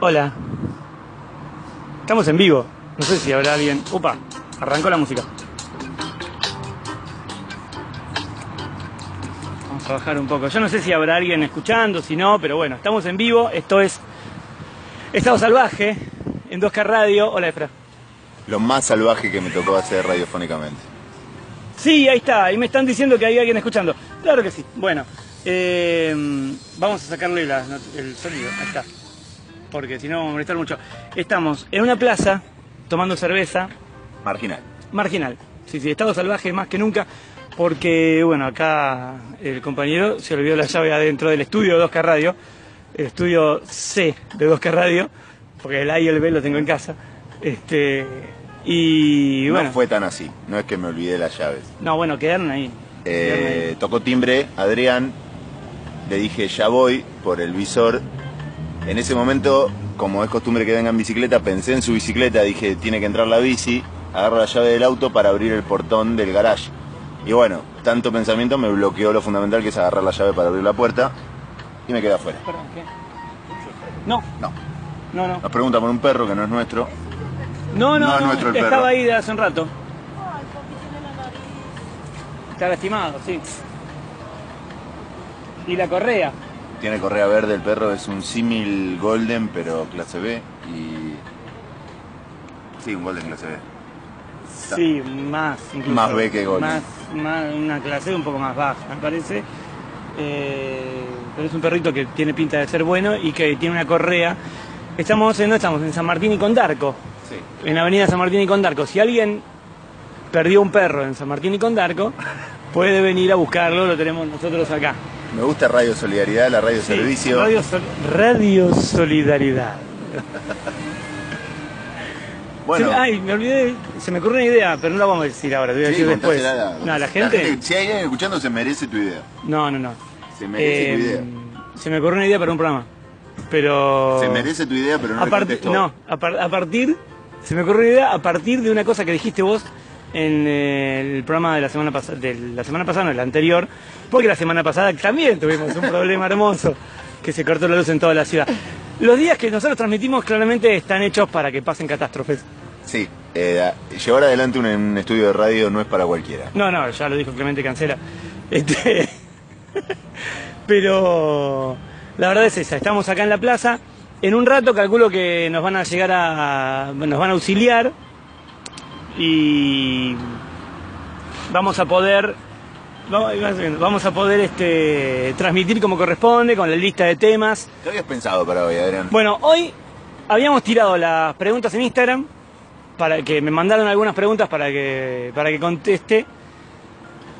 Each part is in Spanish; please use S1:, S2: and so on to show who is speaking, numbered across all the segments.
S1: Hola. Estamos en vivo. No sé si habrá alguien. Upa, arrancó la música. Vamos a bajar un poco. Yo no sé si habrá alguien escuchando, si no, pero bueno, estamos en vivo. Esto es Estado Salvaje en 2K Radio. Hola, Efra.
S2: Lo más salvaje que me tocó hacer radiofónicamente.
S1: Sí, ahí está. Y me están diciendo que hay alguien escuchando. Claro que sí. Bueno, eh, vamos a sacarle la not- el sonido. Ahí está. Porque si no, vamos a molestar mucho. Estamos en una plaza tomando cerveza
S2: Marginal.
S1: marginal. Sí, sí, estado salvaje más que nunca. Porque, bueno, acá el compañero se olvidó la llave adentro del estudio de 2K Radio. El estudio C de 2K Radio. Porque el A y el B lo tengo en casa. Este. Y bueno.
S2: No fue tan así. No es que me olvidé las llaves.
S1: No, bueno, quedaron ahí. Quedaron ahí.
S2: Eh, tocó timbre, Adrián. Le dije, ya voy, por el visor. En ese momento, como es costumbre que venga en bicicleta, pensé en su bicicleta. Dije, tiene que entrar la bici. Agarro la llave del auto para abrir el portón del garage. Y bueno, tanto pensamiento me bloqueó lo fundamental que es agarrar la llave para abrir la puerta. Y me quedé afuera.
S1: Perdón, ¿qué? No,
S2: No.
S1: no, no.
S2: Nos pregunta por un perro que no es nuestro.
S1: No, no,
S2: No es
S1: no,
S2: nuestro el
S1: estaba
S2: perro.
S1: ahí de hace un rato. Está lastimado, sí. Y la correa.
S2: Tiene correa verde el perro, es un símil golden pero clase B y... Sí, un golden clase B. Está.
S1: Sí, más incluso.
S2: Más B que Golden.
S1: Más, más- una clase un poco más baja, me parece. Eh, pero es un perrito que tiene pinta de ser bueno y que tiene una correa. Estamos en, ¿dónde estamos? En San Martín y Condarco.
S2: Sí.
S1: en la avenida San Martín y Condarco. Si alguien perdió un perro en San Martín y Condarco, puede venir a buscarlo, lo tenemos nosotros acá.
S2: Me gusta Radio Solidaridad, la radio
S1: Sí,
S2: servicio.
S1: Radio, Sol- Radio Solidaridad.
S2: Bueno,
S1: Se- ay, me olvidé, se me ocurrió una idea, pero no la vamos a decir ahora, la voy a
S2: sí,
S1: decir después.
S2: contásela a la-
S1: No, la gente...
S2: Si hay alguien escuchando se merece tu idea.
S1: No, no, no.
S2: Se merece tu
S1: Eh,
S2: idea.
S1: Se me ocurrió una idea para un programa, pero...
S2: Se merece tu idea, pero no
S1: a,
S2: le
S1: par-
S2: contestó.
S1: no, a, par- a partir, se me ocurrió una idea a partir de una cosa que dijiste vos en eh, el programa de la semana pasada, de la semana pasada, no, el anterior, porque la semana pasada también tuvimos un problema hermoso, que se cortó la luz en toda la ciudad. Los días que nosotros transmitimos claramente están hechos para que pasen catástrofes.
S2: Sí, eh, da- llevar adelante un, un estudio de radio no es para cualquiera.
S1: No, no, ya lo dijo Clemente Cancela. Este, Pero la verdad es esa, estamos acá en la plaza. En un rato calculo que nos van a llegar a. nos van a auxiliar y vamos a poder. no, Vamos a poder este, transmitir como corresponde, con la lista de temas.
S2: ¿Qué habías pensado para hoy, Adrián?
S1: Bueno, hoy habíamos tirado las preguntas en Instagram para que me mandaron algunas preguntas para que para que conteste.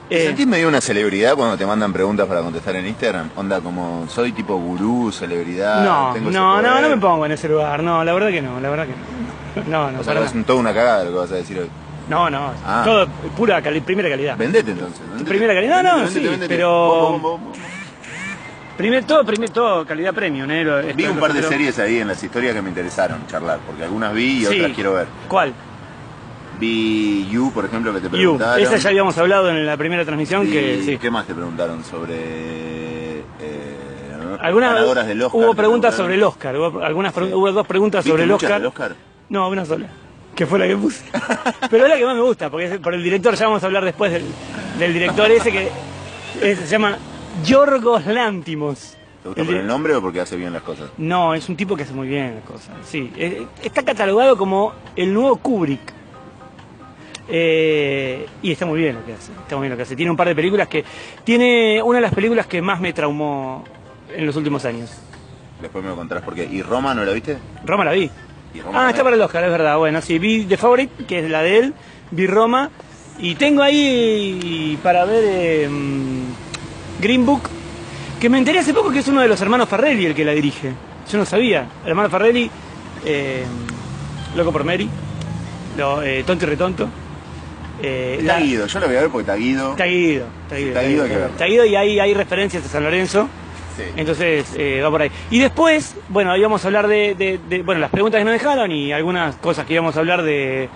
S2: ¿Te
S1: Eh,
S2: sentís medio una celebridad cuando te mandan preguntas para contestar en Instagram? Onda, como soy tipo gurú, celebridad.
S1: no,
S2: tengo
S1: no,
S2: ese
S1: no, no
S2: poder.
S1: me pongo en ese lugar. No, la verdad que no, la verdad que no. No, no,
S2: O sea,
S1: para
S2: es
S1: nada.
S2: un- toda una cagada lo que vas a decir hoy.
S1: no, no,
S2: Ah.
S1: todo pura cali- primera calidad.
S2: Vendete entonces. vendete.
S1: Ah. Primera calidad, no, no,
S2: Vendete,
S1: sí,
S2: vendete.
S1: pero-
S2: Vos, vos, vos, vos.
S1: Primer, todo, primer, todo calidad premium, eh, lo-
S2: Vi
S1: esto
S2: un
S1: lo
S2: par de
S1: creo.
S2: series ahí en las historias que me interesaron charlar, porque algunas vi y
S1: Sí.
S2: otras quiero ver.
S1: ¿Cuál?
S2: Vi You, por ejemplo, que te
S1: You.
S2: preguntaron.
S1: Esa ya habíamos hablado en la primera transmisión
S2: Y
S1: que sí.
S2: ¿Qué más te preguntaron sobre eh,
S1: Algunas
S2: ganadoras del Oscar?
S1: hubo
S2: te
S1: preguntas
S2: preguntaron?
S1: sobre el Oscar, hubo, algunas pre-
S2: Sí.
S1: hubo dos preguntas
S2: ¿Viste
S1: sobre el
S2: muchas
S1: Oscar.
S2: del Oscar?
S1: No, una sola. Que fue la que puse. Pero es la que más me gusta, porque es por el director, ya vamos a hablar después del, del director ese que es- se llama Yorgos Lántimos.
S2: ¿Te gusta por el nombre o porque hace bien las cosas?
S1: No, es un tipo que hace muy bien las cosas. Sí, Eh, está catalogado como el nuevo Kubrick. Eh, y está muy bien lo que hace. Está muy bien lo que hace. Tiene un par de películas que. Tiene una de las películas que más me traumó en los últimos años.
S2: Después me lo contarás por qué. ¿Y Roma no la viste?
S1: Roma la vi.
S2: Y Roma
S1: Ah,
S2: también.
S1: está para el Oscar, es verdad. Bueno, sí, vi The Favorite, que es la de él, vi Roma, y tengo ahí para ver eh, mm, Green Book, que me enteré hace poco que es uno de los hermanos Ferrelli el que la dirige. Yo no sabía. El hermano Ferrelli, eh, Loco por Mary, lo, eh, Tonto y Retonto. eh,
S2: Está
S1: la-
S2: Guido, yo la voy a ver porque está Guido.
S1: Está Guido, está
S2: Sí,
S1: Guido,
S2: está Guido, hay que verlo.
S1: Está Guido y hay, hay referencias a San Lorenzo.
S2: Sí.
S1: Entonces eh, va por ahí. Y después, bueno, íbamos a hablar de, de- de- bueno, las preguntas que nos dejaron y algunas cosas que íbamos a hablar de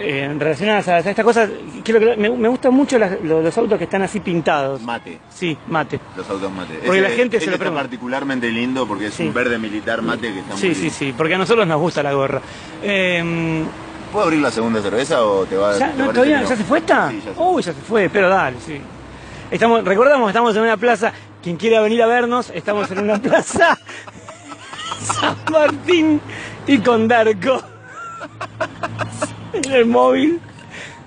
S1: eh, relacionadas a, a estas cosas, quiero que- me, me gustan mucho las- lo- los, autos que están así pintados.
S2: Mate,
S1: Sí, mate.
S2: los autos mate.
S1: Porque la gente se
S2: este
S1: lo
S2: está
S1: pregunta.
S2: particularmente lindo porque es
S1: Sí.
S2: un verde militar mate que está muy
S1: Sí, sí,
S2: lindo.
S1: sí, porque a nosotros nos gusta la gorra. Eh,
S2: ¿Puedo abrir la segunda cerveza o te
S1: ¿Ya,
S2: va te
S1: no,
S2: parece
S1: todavía,
S2: que no?
S1: ¿ya se fue esta? Uh.
S2: Sí, ya se
S1: Uy, ya se fue, pero dale, sí. Estamos, recordamos que estamos en una plaza. Quien quiera venir a vernos, estamos en una plaza. San Martín y Condarco. en el móvil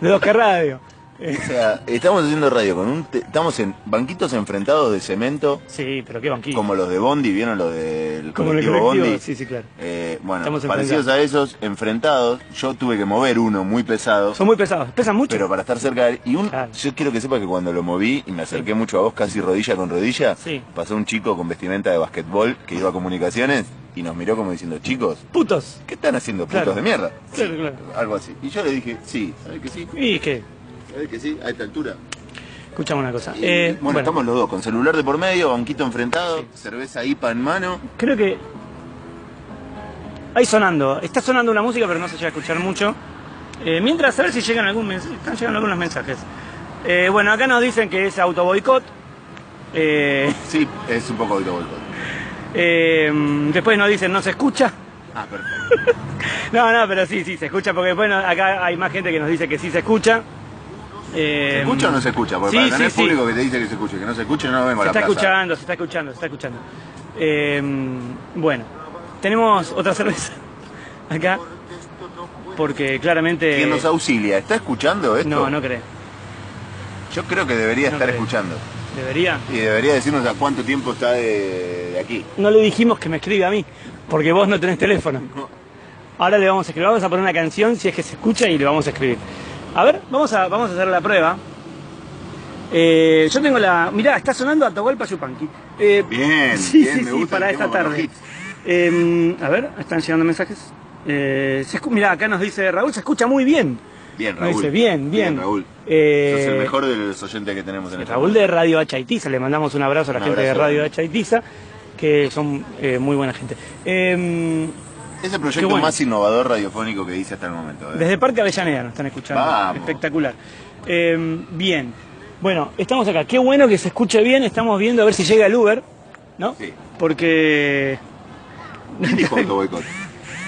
S1: de Dos que Radio. Eh,
S2: O sea, estamos haciendo radio con un... te- estamos en banquitos enfrentados de cemento,
S1: Sí, pero qué banquillo.
S2: como los de Bondi, ¿vieron los del
S1: Como en el
S2: colectivo
S1: colectivo,
S2: Bondi?
S1: sí, sí, claro.
S2: Eh, bueno,
S1: Estamos
S2: parecidos a esos, enfrentados, yo tuve que mover uno muy pesado,
S1: Son muy pesados, pesan mucho.
S2: pero para estar cerca de él, y un,
S1: Claro.
S2: yo quiero que sepa que cuando lo moví y me acerqué mucho a vos, casi rodilla con rodilla,
S1: Sí.
S2: pasó un chico con vestimenta de basquetbol que iba a comunicaciones y nos miró como diciendo, chicos,
S1: Putos.
S2: ¿qué están haciendo putos
S1: Claro.
S2: de mierda?
S1: Claro, claro.
S2: Algo así. Y yo le dije, sí, ¿sabes que sí?
S1: Y es que,
S2: ¿Sabes que sí? A esta altura.
S1: escuchame una cosa.
S2: Y,
S1: Eh,
S2: bueno, estamos los dos, con celular de por medio, banquito enfrentado, cerveza IPA en mano.
S1: Creo que. Ahí sonando. Está sonando una música, pero no se llega a escuchar mucho. Eh, mientras, a ver si llegan algún mens- están llegando algunos mensajes. Eh, bueno, acá nos dicen que es autoboicot. Eh,
S2: Sí, es un poco de vuelta.
S1: eh, después nos dicen no se escucha.
S2: Ah, perfecto.
S1: No, no, pero sí, sí se escucha, porque bueno, acá hay más gente que nos dice que sí se escucha. Eh,
S2: ¿Se escucha o no se escucha?
S1: sí,
S2: Porque para tener
S1: sí, sí.
S2: público que te dice que se escuche, que no se escuche, no vengo
S1: Se
S2: a
S1: está
S2: la plaza.
S1: escuchando, se está escuchando, se está escuchando. Eh, bueno, tenemos otra cerveza acá. Porque claramente.
S2: Quien nos auxilia, ¿está escuchando esto?
S1: No, no cree.
S2: Yo creo que debería
S1: No
S2: estar
S1: creo.
S2: escuchando.
S1: Debería.
S2: Y debería decirnos a cuánto tiempo está de, de aquí.
S1: No le dijimos que me escriba a mí, porque vos no tenés teléfono. Ahora le vamos a escribir, vamos a poner una canción si es que se escucha y le vamos a escribir. A ver, vamos a, vamos a hacer la prueba. Eh, yo tengo la. Mirá, está sonando Atahualpa Yupanqui. Eh,
S2: Bien,
S1: sí,
S2: bien,
S1: sí,
S2: me
S1: sí,
S2: gusta
S1: para
S2: el
S1: esta
S2: tema con los
S1: tarde.
S2: hits.
S1: Eh, a ver, están llegando mensajes. Eh, se escu- mirá, acá nos dice Raúl, se escucha muy bien.
S2: Bien,
S1: Nos
S2: Raúl.
S1: dice, bien, bien.
S2: Raúl.
S1: Eh,
S2: Sos el mejor de los oyentes que tenemos en este el
S1: Raúl de Radio Haitiza, le mandamos un abrazo a la
S2: Un
S1: gente de
S2: abrazo.
S1: Radio Haitiza, que son eh, muy buena gente. Eh,
S2: Es el proyecto
S1: Qué bueno.
S2: más innovador radiofónico que hice hasta el momento. ¿eh?
S1: desde Parque Avellaneda nos están escuchando.
S2: Vamos.
S1: Espectacular. Eh, bien. Bueno, estamos acá. Qué bueno que se escuche bien. Estamos viendo a ver si llega el Uber, ¿no?
S2: Sí.
S1: Porque.
S2: ¿Quién dijo autoboicot?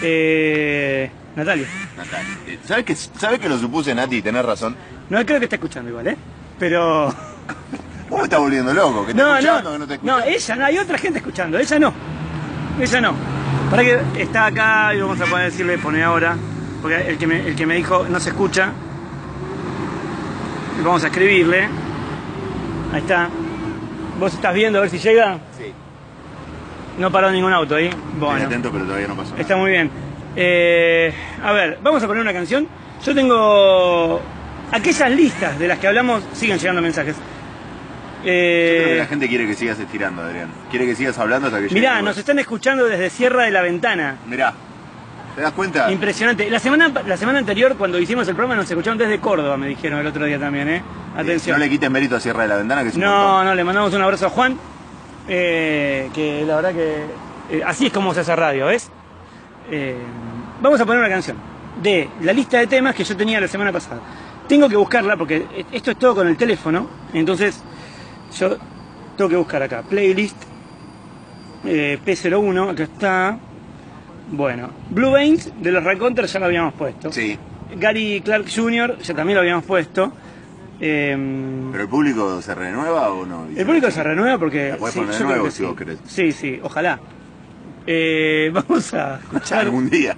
S1: eh, Natalia.
S2: Natalia. Eh, ¿Sabes que, ¿Sabes que lo supuse, Nati? Tenés razón.
S1: No creo que está escuchando igual, ¿eh? Pero.
S2: Vos me estás volviendo loco. Que te
S1: No, no,
S2: escuchando, que
S1: no,
S2: no te
S1: ella, no, hay otra gente escuchando, ella no, ella no. Para que está acá y vamos a poder decirle, pone ahora, porque el que me, el que me dijo no se escucha, vamos a escribirle, ahí está. ¿Vos estás viendo a ver si llega?
S2: Sí.
S1: No paró ningún auto ahí,
S2: Estoy
S1: bueno,
S2: atento, pero todavía no pasó. nada.
S1: está muy bien. Eh, a ver, vamos a poner una canción, yo tengo aquellas listas de las que hablamos, siguen llegando mensajes. Eh,
S2: Creo que la gente quiere que sigas estirando, Adrián. Quiere que sigas hablando hasta que llegue.
S1: Mirá,
S2: el
S1: nos
S2: Uber.
S1: están escuchando desde Sierra de la Ventana.
S2: Mirá. ¿Te das cuenta?
S1: Impresionante. La semana, la semana anterior, cuando hicimos el programa, nos escucharon desde Córdoba, me dijeron el otro día también, ¿eh? Atención.
S2: No le quites mérito a Sierra de la Ventana, que es un
S1: No,
S2: montón.
S1: no, le mandamos un abrazo a Juan, eh, que la verdad que eh, así es como se hace radio, ¿ves? Eh, vamos a poner una canción de la lista de temas que yo tenía la semana pasada. Tengo que buscarla porque e- esto es todo con el teléfono, entonces yo tengo que buscar acá. Playlist eh, P01, acá está. Bueno, Blue Veins de los Reconters ya lo habíamos puesto.
S2: Sí.
S1: Gary Clark Jr. ya también lo habíamos puesto. Em,
S2: ¿Pero el público se renueva o no?
S1: el público se renueva porque.
S2: La podés poner de
S1: yo creo
S2: nuevo
S1: que
S2: si
S1: sí.
S2: vos querés.
S1: Sí, sí, ojalá. Eh, vamos a
S2: Ya
S1: escuchar.
S2: algún día.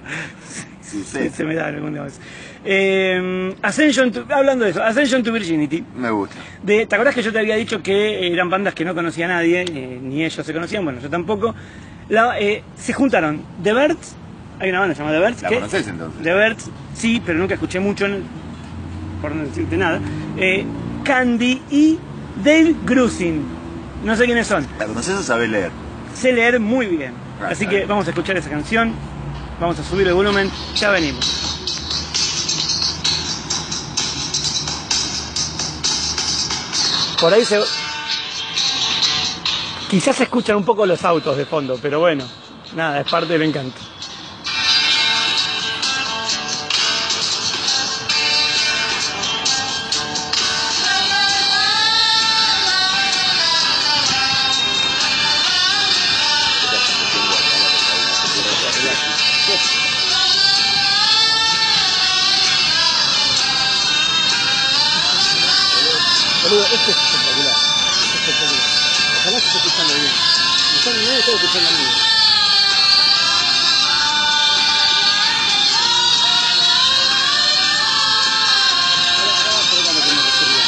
S2: Sucede.
S1: Se me da algún día más. Eh, Ascension to- hablando de eso, Ascension to Virginity.
S2: Me gusta.
S1: De, ¿Te acordás que yo te había dicho que eran bandas que no conocía a nadie, eh, ni ellos se conocían? Bueno, yo tampoco. La- eh, se juntaron The Birds, hay una banda llamada The Birds.
S2: ¿La
S1: que-
S2: conocés entonces?
S1: The Birds, sí, pero nunca escuché mucho, n- por no decirte nada. Eh, Candy y Dave Grusin. No sé quiénes son.
S2: ¿La conoces o sabés leer?
S1: Sé leer muy bien.
S2: Ah,
S1: Así
S2: está
S1: que
S2: bien.
S1: vamos a escuchar esa canción, vamos a subir el volumen, ya venimos. Por ahí se... Quizás se escuchan un poco los autos de fondo, pero bueno, nada, es parte del encanto.
S3: Boludo, esto es espectacular. Este Espectacular. Ojalá que esté escuchando bien. Me están bien, estoy escuchando a mí. Ahora, ahora se ve cuando se me resolvió.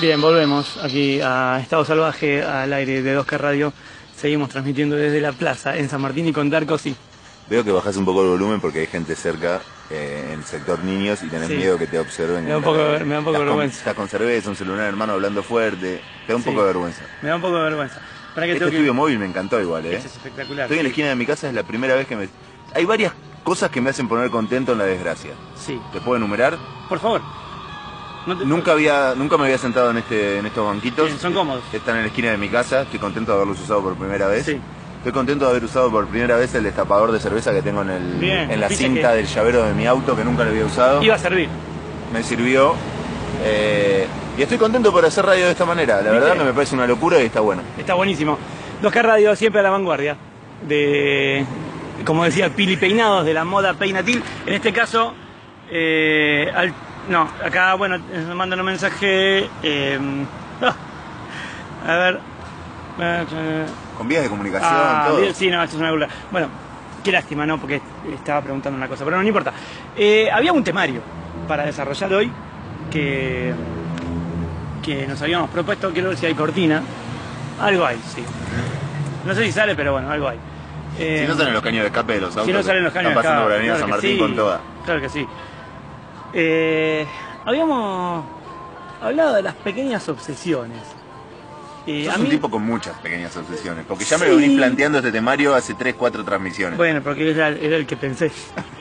S1: Bien, volvemos aquí a Estado Salvaje, al aire de 2K Radio. Seguimos transmitiendo desde la plaza en San Martín y con Darko, sí.
S2: Veo que bajás un poco el volumen porque hay gente cerca eh, en el sector niños y tenés
S1: Sí.
S2: miedo que te observen.
S1: Me da un poco-
S2: Estás
S1: me da un poco de
S2: con-
S1: vergüenza.
S2: Estás con cerveza, un celular hermano hablando fuerte. Te da un
S1: Sí.
S2: poco de vergüenza.
S1: Me da un poco de vergüenza. Para que
S2: Este
S1: tengo que...
S2: estudio móvil me encantó igual, ¿eh?
S1: Este es espectacular.
S2: Estoy en la esquina de mi casa, es la primera vez que me... Hay varias cosas que me hacen poner contento en la desgracia.
S1: Sí.
S2: ¿Te puedo enumerar?
S1: Por favor. No te-
S2: Nunca había, nunca me había sentado en este, en estos banquitos.
S1: Bien, son cómodos.
S2: Están en la esquina de mi casa. Estoy contento de haberlos usado por primera vez.
S1: Sí.
S2: Estoy contento de haber usado por primera vez el destapador de cerveza que tengo en, el,
S1: Bien,
S2: en la
S1: viste
S2: cinta
S1: que-
S2: del llavero de mi auto que nunca lo había usado.
S1: Iba a servir.
S2: Me sirvió. eh, y estoy contento por hacer radio de esta manera. La
S1: ¿Viste?
S2: verdad que me parece una locura y está bueno.
S1: Está buenísimo. 2K Radio siempre a la vanguardia de, como decía Pili Peinados, de la moda peinatil. En este caso, eh, al- no, acá, bueno, nos mandan un mensaje. eh, a ver. eh,
S2: Con vías de comunicación,
S1: Ah,
S2: todo.
S1: bien, sí, no, esto es una burla. Bueno, qué lástima, ¿no? Porque estaba preguntando una cosa, pero no, no importa. Eh, había un temario para desarrollar hoy que, que nos habíamos propuesto, quiero ver si hay cortina. Algo hay, sí. No sé si sale, pero bueno, algo hay. Eh,
S2: Si no salen los caños de escape de los autos.
S1: si no salen los caños
S2: Están pasando
S1: acá,
S2: por la avenida
S1: claro
S2: San
S1: que
S2: Martín
S1: sí,
S2: con toda.
S1: Claro que sí. Eh, habíamos hablado de las pequeñas obsesiones. Eh,
S2: Sos
S1: a
S2: un
S1: mí-
S2: tipo con muchas pequeñas obsesiones, porque ya me
S1: Sí.
S2: lo venís planteando este temario hace 3, 4 transmisiones.
S1: Bueno, porque era, era el que pensé.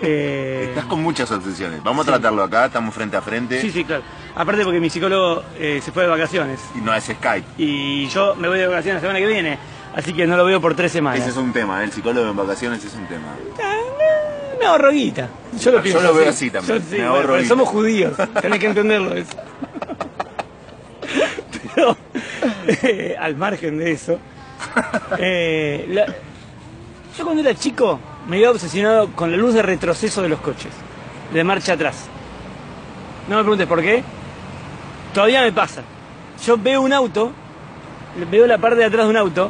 S1: Eh,
S2: Estás con muchas obsesiones. Vamos a tratarlo acá, estamos frente a frente
S1: Sí, sí, claro. Aparte porque mi psicólogo eh, se fue de vacaciones
S2: y no es Skype.
S1: y yo me voy de vacaciones la semana que viene, así que no lo veo por tres semanas.
S2: Ese es un tema, ¿eh? el psicólogo en vacaciones es un tema.
S1: Ah, Me ahorro guita. Yo lo,
S2: Yo
S1: pienso
S2: lo veo así también.
S1: Yo sí,
S2: Me
S1: bueno,
S2: ahorro
S1: pero
S2: guita.
S1: somos judíos, tenés que entenderlo eso. Pero, eh, al margen de eso, eh, la- yo cuando era chico me había obsesionado con la luz de retroceso de los coches, de marcha atrás. No me preguntes por qué. Todavía me pasa. Yo veo un auto, veo la parte de atrás de un auto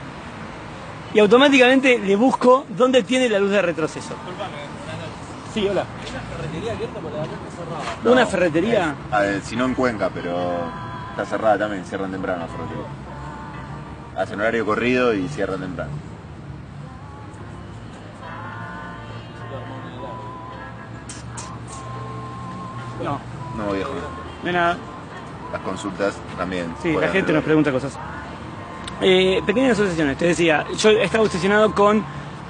S1: y automáticamente le busco dónde tiene la luz de retroceso. Sí, hola.
S2: No,
S1: ¿Una ferretería
S2: es- a ver, si no en Cuenca, pero está cerrada también, cierran temprano la ferretería. Hacen horario corrido y cierran temprano.
S1: No,
S2: No, viejo. no.
S1: no hay nada.
S2: Las consultas también.
S1: Sí, la
S2: juegan
S1: gente
S2: el
S1: nos
S2: rol.
S1: pregunta cosas. Eh, pequeñas obsesiones, te decía, yo estaba obsesionado con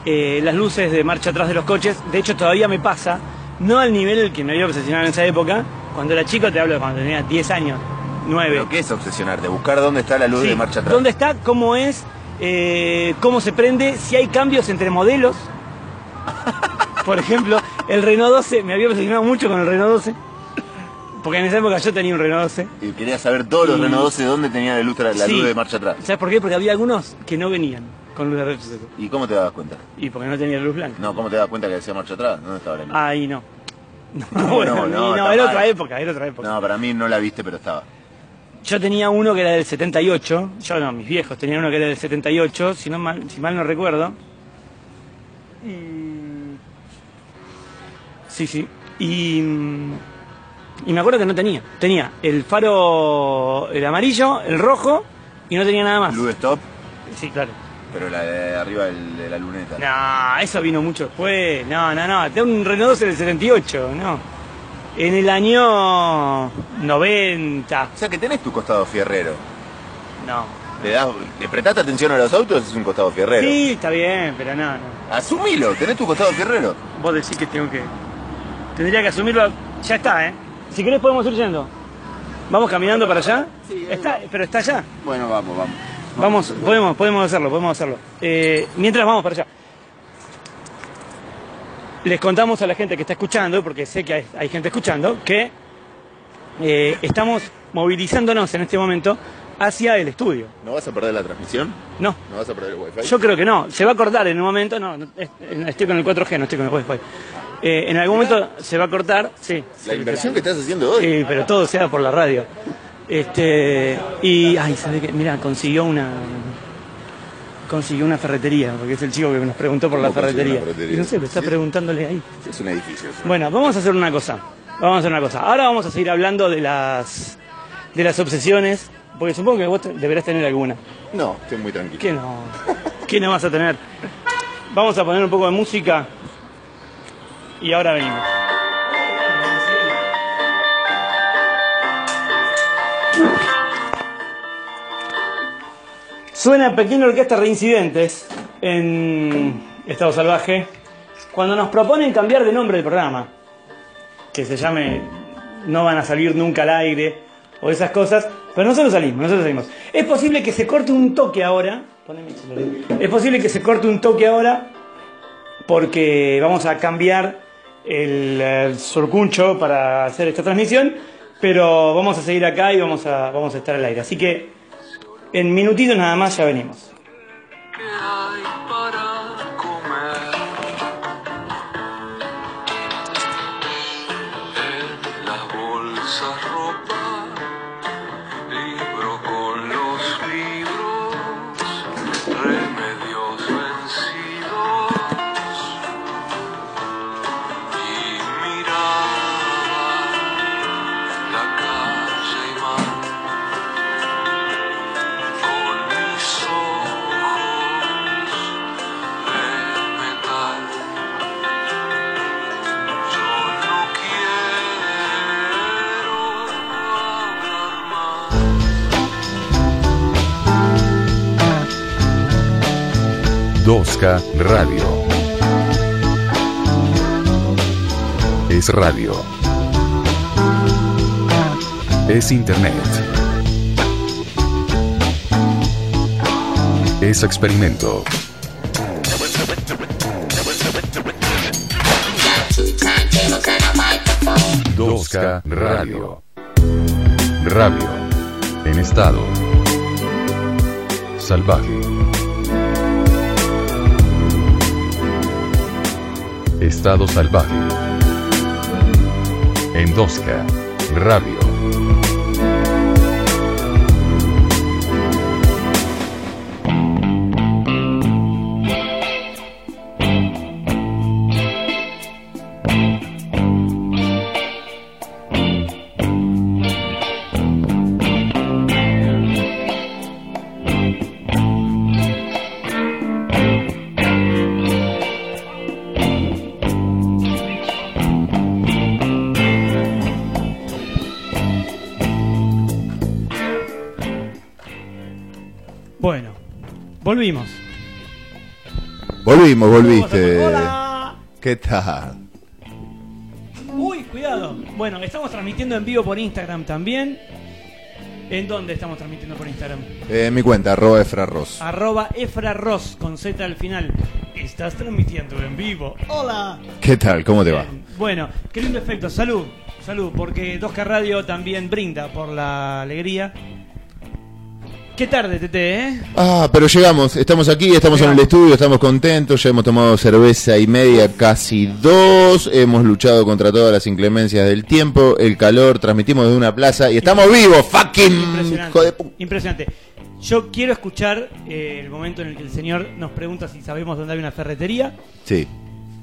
S1: eh, las luces de marcha atrás de los coches, de hecho todavía me pasa, no al nivel que me había obsesionado en esa época, cuando era chico te hablo de cuando tenía 10 años, 9.
S2: Pero ¿qué es obsesionarte? Buscar dónde está la luz
S1: eh. Sí,
S2: de marcha atrás.
S1: ¿Dónde está? ¿Cómo es? Eh, ¿Cómo se prende? Si hay cambios entre modelos. Por ejemplo, el Renault 12, me había obsesionado mucho con el Renault 12, porque en esa época yo tenía un Renault 12.
S2: Y quería saber todos los
S1: Y-
S2: Renault 12 dónde tenía la luz, la
S1: Sí.
S2: luz de marcha atrás.
S1: ¿Sabes por qué? Porque había algunos que no venían con luz de retroceso.
S2: ¿Y cómo te dabas cuenta?
S1: Y porque no tenía luz blanca.
S2: No, ¿cómo te das cuenta que decía marcha atrás? ¿Dónde estaba la luz?
S1: Ahí no. No,
S2: No,
S1: bueno,
S2: no,
S1: ni-
S2: no,
S1: no,
S2: está
S1: era
S2: mal.
S1: otra época, era otra época.
S2: No, para mí no la viste, pero estaba.
S1: Yo tenía uno que era del 78, yo no, mis viejos tenían uno que era del 78, si, no mal, si mal no recuerdo. Y- Sí, sí. Y, mm, y me acuerdo que no tenía. Tenía el faro, el amarillo, el rojo y no tenía nada más.
S2: Luz stop,
S1: Sí, claro.
S2: pero la de arriba del- de la luneta.
S1: No, eso vino mucho después. No, no, no. Tengo un Renault 12 del 78, no. En el año 90.
S2: O sea que tenés tu costado fierrero.
S1: No.
S2: Le, das, le prestaste atención a los autos, es un costado fierrero.
S1: Sí, está bien, pero no, no.
S2: Asumilo, tenés tu costado fierrero.
S1: Vos decís que tengo que. Tendría que asumirlo. Ya está, ¿eh? Si querés, podemos ir yendo. ¿Vamos caminando para allá? Sí. Está, pero está allá.
S2: Bueno, vamos, vamos.
S1: Vamos, podemos, podemos hacerlo, podemos hacerlo. Eh, mientras vamos para allá. Les contamos a la gente que está escuchando, porque sé que hay, hay gente escuchando, que eh, estamos movilizándonos en este momento hacia el estudio.
S2: ¿No vas a perder la transmisión?
S1: No,
S2: ¿No vas a perder el wifi?
S1: yo creo que no. Se va a cortar en un momento. No, no, es- eh, estoy con el 4G, no estoy con el Wi-Fi. Eh, en algún momento se va a cortar, sí.
S2: La inversión que estás haciendo hoy.
S1: Sí, pero todo sea por la radio. Este, y, ay, ¿sabe qué? Mira, consiguió una. Consiguió una ferretería, porque es el chico que nos preguntó por la
S2: ¿Cómo consiguió
S1: ferretería.
S2: una ferretería?
S1: Y no sé, pero está
S2: Sí.
S1: preguntándole ahí.
S2: Es un edificio. eso.
S1: Bueno, vamos a hacer una cosa. Vamos a hacer una cosa. Ahora vamos a seguir hablando de las. de las obsesiones, porque supongo que vos te- deberás tener alguna.
S2: No, estoy muy tranquilo.
S1: ¿Qué no? ¿Qué no vas a tener? Vamos a poner un poco de música y ahora venimos. Suena Pequeña Orquesta Reincidentes en Estado Salvaje cuando nos proponen cambiar de nombre el programa, que se llame No van a salir nunca al aire o esas cosas, pero nosotros salimos, nosotros salimos. Es posible que se corte un toque ahora, poneme el celular. es posible que se corte un toque ahora porque vamos a cambiar el, eh, surcuncho para hacer esta transmisión, pero vamos a seguir acá y vamos a, vamos a estar al aire. Así que en minutitos nada más ya venimos.
S4: que hay para comer en las bolsas ropa libro con los libros remedios vencidos y miraba la calle y mar con mis ojos de metal, yo no quiero hablar más.
S5: Dosca Radio. Es radio. Es internet. Es experimento. Dosca Radio. Radio. En estado. Salvaje. Estado Salvaje. Endosca. Radio.
S1: Bueno, volvimos.
S2: Volvimos, volviste.
S1: Hola.
S2: ¿Qué tal?
S1: Uy, cuidado. Bueno, estamos transmitiendo en vivo por Instagram también. ¿En dónde estamos transmitiendo por Instagram?
S2: Eh, mi cuenta, arroba efrarros.
S1: Arroba Efra Ross con Z al final. Estás transmitiendo en vivo. Hola.
S2: ¿Qué tal? ¿Cómo te va?
S1: Bien. Bueno, qué lindo efecto. Salud. Salud, porque 2K Radio también brinda por la alegría. Qué tarde, Tete, ¿eh?
S2: Ah, pero llegamos, estamos aquí, estamos en el estudio, estamos contentos, ya hemos tomado cerveza y media, casi dos, hemos luchado contra todas las inclemencias del tiempo, el calor, transmitimos de una plaza y estamos vivos, fucking hijo de
S1: Impresionante.
S2: pu-
S1: Impresionante. Yo quiero escuchar eh, el momento en el que el señor nos pregunta si sabemos dónde hay una ferretería.
S2: Sí,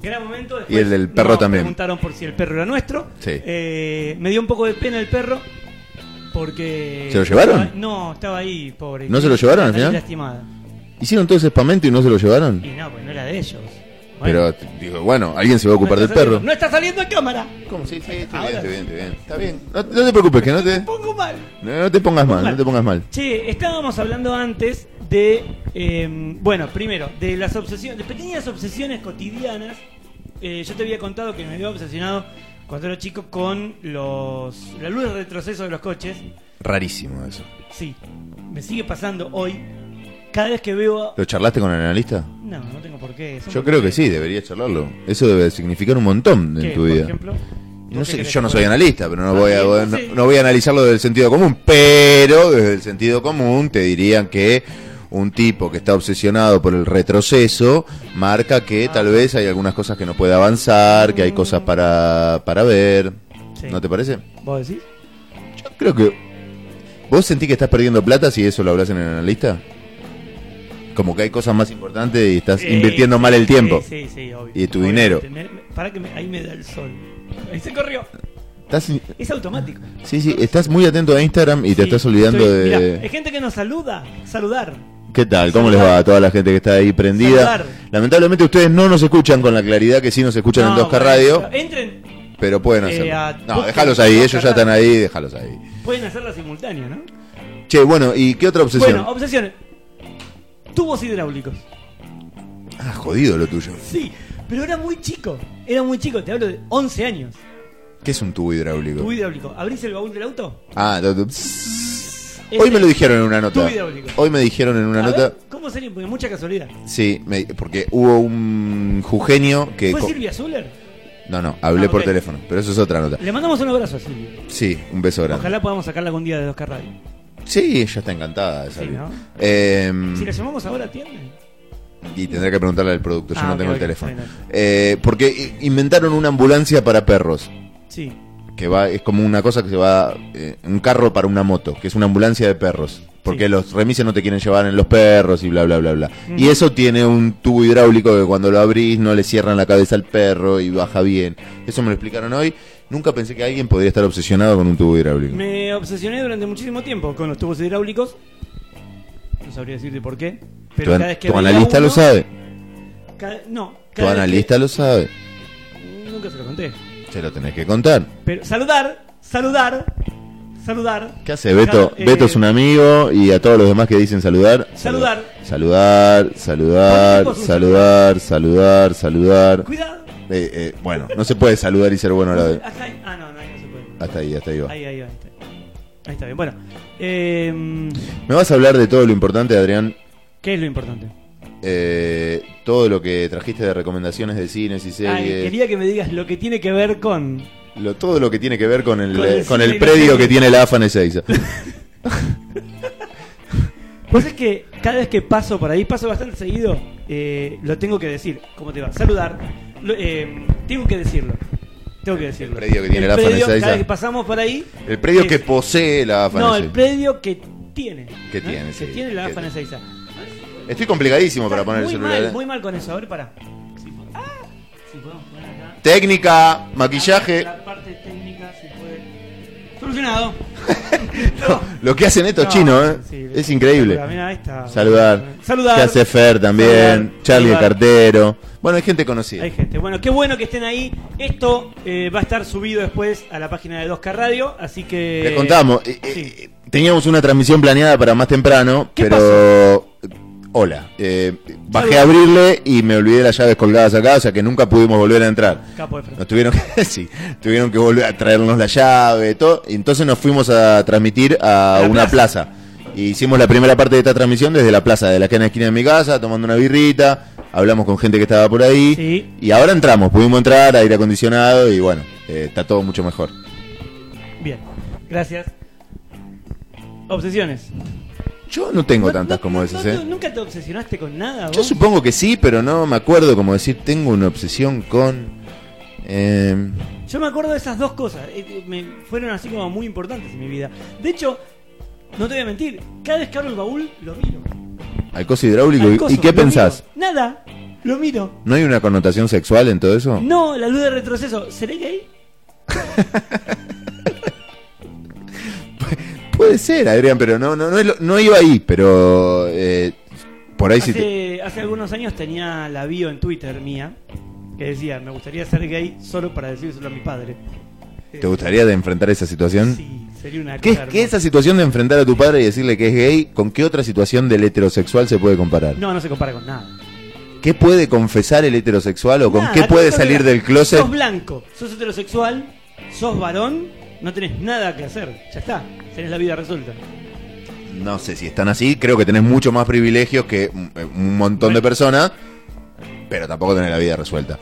S1: Gran momento.
S2: Y el del perro
S1: nos
S2: también.
S1: preguntaron por si el perro era nuestro.
S2: Sí.
S1: Eh, me dio un poco de pena el perro porque...
S2: ¿Se lo llevaron?
S1: No, estaba ahí, pobre.
S2: ¿No se lo llevaron al
S1: Estaba
S2: final?
S1: lastimado.
S2: hicieron todo ese espamento y no se lo llevaron,
S1: Y no, pues no era de ellos. Bueno,
S2: pero digo, bueno, alguien se va a ocupar
S1: no
S2: del
S1: está
S2: perro.
S1: saliendo- No está saliendo en cámara.
S2: ¿Cómo? Sí, sí, está
S1: Ahora
S2: bien, está
S1: sí.
S2: bien, está bien. Está bien. No, no te preocupes, que no te,
S1: Pongo mal.
S2: no, no te pongas mal, no te pongas mal.
S1: Che, estábamos hablando antes de, eh, bueno, primero, de las obsesiones, de pequeñas obsesiones cotidianas. Eh, yo te había contado que me había obsesionado cuando era chico con los la luz de retroceso de los coches.
S2: Rarísimo eso.
S1: Sí, me sigue pasando hoy. Cada vez que veo...
S2: ¿Lo charlaste con el analista?
S1: No, no tengo por qué. son
S2: Yo creo que
S1: cosas
S2: sí, deberías charlarlo. Eso debe significar un montón en
S1: que,
S2: tu
S1: por
S2: vida.
S1: ejemplo,
S2: No
S6: ¿Vos
S2: sé,
S6: qué crees
S2: yo
S6: que
S2: no
S6: fue?
S2: soy analista, pero no voy, a,
S1: bien,
S2: voy- no,
S1: sí.
S2: no voy a analizarlo desde el sentido común. Pero desde el sentido común te dirían que un tipo que está obsesionado por el retroceso marca que
S1: Ah.
S2: tal vez hay algunas cosas que no puede avanzar,
S1: Mm.
S2: que hay cosas para, para ver.
S6: Sí.
S2: ¿No te parece?
S1: ¿Vos decís?
S2: Yo creo que. ¿Vos sentís que estás perdiendo plata si eso lo hablas en el analista? Como que hay cosas más importantes y estás
S1: Eh,
S2: invirtiendo mal el
S1: sí,
S2: tiempo.
S1: Sí, sí, obvio.
S2: Y tu
S1: Obviamente.
S2: dinero.
S1: Me- me- pará que me- ahí me da el sol. Ahí se corrió.
S2: Estás,
S1: Es automático.
S2: sí, sí, estás muy atento a Instagram y
S1: Sí,
S2: te estás olvidando
S1: estoy-
S2: de.
S1: mirá, hay gente que nos saluda. Saludar.
S2: ¿Qué tal? ¿Cómo les
S1: Saludar.
S2: va a toda la gente que está ahí prendida?
S1: Saludar.
S2: Lamentablemente ustedes no nos escuchan con la claridad que sí nos escuchan en 2K
S1: bueno,
S2: Radio,
S1: Entren,
S2: pero pueden
S1: eh,
S2: hacerlo.
S1: a-
S2: no,
S1: busquen
S2: déjalos ahí,
S1: 2K
S2: ellos ya están ahí, déjalos ahí.
S1: pueden hacerla simultánea, ¿no?
S2: Che, bueno, ¿y qué otra obsesión?
S1: Bueno, obsesiones. Tubos hidráulicos.
S2: ah, jodido lo tuyo.
S1: Sí, pero era muy chico. Era muy chico, te hablo de 11 años.
S2: ¿Qué es un tubo hidráulico?
S1: Tubo hidráulico. ¿Abrís el baúl del auto?
S2: Ah, do- do-
S1: Este-
S2: hoy me lo dijeron en una nota.
S1: Tubo hidráulico.
S2: Hoy me dijeron en una
S1: A
S2: nota.
S1: ver, ¿Cómo sería? Porque mucha casualidad.
S2: Sí, me- porque hubo un jujeño que.
S1: ¿Fue
S2: co-
S1: Silvia Zuller?
S2: No, no, hablé
S1: Ah,
S2: por
S1: ok.
S2: teléfono, pero eso es otra nota.
S1: Le mandamos un abrazo a Silvia.
S2: Sí, un beso grande.
S1: Ojalá podamos sacarla algún día de Oscar Radio.
S2: Mm. Sí, ella está encantada de salir.
S1: ¿no?
S2: Em,
S1: Si la llamamos ahora, atiende.
S2: Y tendré que preguntarle al producto, yo
S1: Ah,
S2: no
S1: ok,
S2: tengo
S1: ok,
S2: el teléfono.
S1: está bien.
S2: Eh, porque i- inventaron una ambulancia para perros,
S1: Sí.
S2: que va es como una cosa que se va, eh, un carro para una moto, que es una ambulancia de perros. Porque
S1: Sí.
S2: los remises no te quieren llevar en los perros y bla, bla, bla, bla. Y eso tiene un tubo hidráulico que cuando lo abrís no le cierran la cabeza al perro y baja bien. Eso me lo explicaron hoy. Nunca pensé que alguien podría estar obsesionado con un tubo hidráulico.
S1: Me obsesioné durante muchísimo tiempo con los tubos hidráulicos. No sabría decirte por qué. Pero
S2: tu
S1: cada vez que
S2: tu
S1: veía
S2: analista lo
S1: uno,
S2: sabe.
S1: cada- no.
S2: Tu
S1: cada vez que-
S2: analista lo sabe.
S1: Nunca se lo conté.
S2: Se lo tenés que contar.
S1: Pero saludar, saludar, saludar.
S2: ¿Qué hace Beto?
S1: Cada- eh,
S2: Beto es un amigo y a todos los demás que dicen saludar.
S1: Saludar.
S2: Saludar, saludar,
S1: Ponemos un
S2: saludar, saludar, saludar.
S1: Cuidado.
S2: Eh, eh, bueno, no se puede saludar y ser bueno a la vez.
S1: Hasta ahí- Ah, no, no, ahí no se puede.
S2: Eh. Hasta ahí, hasta ahí va.
S1: Ahí, ahí, va, ahí está. Ahí está bien. Bueno, eh,
S2: Me vas a hablar de todo lo importante, Adrián.
S1: ¿qué es lo importante?
S2: Eh, todo lo que trajiste de recomendaciones de cines y
S1: Ay,
S2: series.
S1: Ah, quería que me digas lo que tiene que ver con.
S2: Lo- todo lo que tiene que ver con el,
S1: Con
S2: eh,
S1: el
S2: con
S1: cine
S2: el
S1: y la
S2: predio
S1: serie.
S2: que tiene la AFA en Ezeiza.
S1: Pues es que cada vez que paso por ahí, paso bastante seguido, eh, lo tengo que decir. ¿Cómo te va? Saludar. Lo- eh, tengo que decirlo. Tengo que decirlo.
S2: predio que tiene
S1: El
S2: la AFA en
S1: predio,
S2: Ezeiza.
S1: Cada vez que pasamos por ahí.
S2: El predio
S1: es-
S2: que posee la AFA en
S1: No, el
S2: Ezeiza.
S1: predio que tiene.
S2: Que
S1: ¿no?
S2: tiene, sí.
S1: Que tiene la
S2: Que
S1: AFA en
S2: tiene.
S1: Ezeiza.
S2: Estoy complicadísimo para poner el
S1: muy
S2: celular.
S1: mal,
S2: ¿eh?
S1: muy mal con eso. A ver, pará. Si po- ah, si podemos poner acá.
S2: Técnica, maquillaje.
S1: La parte técnica se puede. Solucionado.
S2: Lo que hacen estos
S1: No,
S2: chinos, ¿eh?
S1: sí,
S2: es increíble.
S1: Mira, mira, ahí está.
S2: Saludar.
S1: Saludar.
S2: Que hace Fer también.
S1: Saludar.
S2: Charlie el
S1: Saludar.
S2: cartero. Bueno, hay gente conocida.
S1: Hay gente. Bueno, qué bueno que estén ahí. Esto eh, va a estar subido después a la página de 2K Radio, así que...
S2: Les contamos. eh, eh,
S1: sí.
S2: eh, Teníamos una transmisión planeada para más temprano,
S1: ¿Qué
S2: pero. Hola. eh, bajé
S1: Saludar.
S2: a abrirle y me olvidé las llaves colgadas acá, o sea que nunca pudimos volver a entrar.
S1: Capo de Fran.
S2: Nos tuvieron que, sí, tuvieron que volver a traernos la llave, todo. Y entonces nos fuimos a transmitir a,
S1: A la
S2: una plaza. Y hicimos la primera parte de esta transmisión desde la plaza, de la que en la esquina de mi casa, tomando una birrita. Hablamos con gente que estaba por ahí.
S1: Sí.
S2: Y ahora entramos, pudimos entrar, aire acondicionado y bueno, eh, está todo mucho mejor.
S1: Bien, gracias. Obsesiones.
S2: Yo no tengo
S1: No-
S2: tantas
S1: no-
S2: como
S1: no-
S2: esas,
S1: no-
S2: ¿eh?
S1: no- ¿Nunca te obsesionaste con nada?
S2: Yo
S1: Vos?
S2: supongo que sí, pero no me acuerdo como decir, tengo una obsesión con... eh,
S1: Yo me acuerdo de esas dos cosas. eh, eh, me fueron así como muy importantes en mi vida. De hecho, no te voy a mentir, cada vez que abro el baúl, lo miro.
S2: al coso hidráulico.
S1: Al
S2: ¿Y-
S1: coso,
S2: ¿Y qué
S1: lo miro.
S2: pensás?
S1: Nada, lo miro.
S2: ¿No hay una connotación sexual en todo eso?
S1: No, la luz de retroceso. ¿Seré gay?
S2: Puede ser, Adrián, pero no, no, no, es lo- no iba ahí, pero eh, por ahí sí. te-
S1: Hace, hace algunos años tenía la bio en Twitter mía que decía, me gustaría ser gay solo para decírselo a mi padre.
S2: te, gustaría de enfrentar esa situación?
S1: Sí, sería una
S2: ¿Qué, es-
S1: cosa
S2: qué
S1: hermosa.
S2: esa situación de enfrentar a tu padre y decirle que es gay, con qué otra situación del heterosexual se puede comparar?
S1: No, no se compara con nada.
S2: ¿Qué puede confesar el heterosexual o con
S1: Nada,
S2: qué puede
S1: con
S2: salir
S1: nada.
S2: del closet?
S1: Sos blanco, sos heterosexual, sos varón, no tenés nada que hacer. Ya está, tenés la vida resuelta.
S2: No sé si están así, creo que tenés mucho más eh, privilegios que un un montón de personas, pero tampoco tenés la vida resuelta.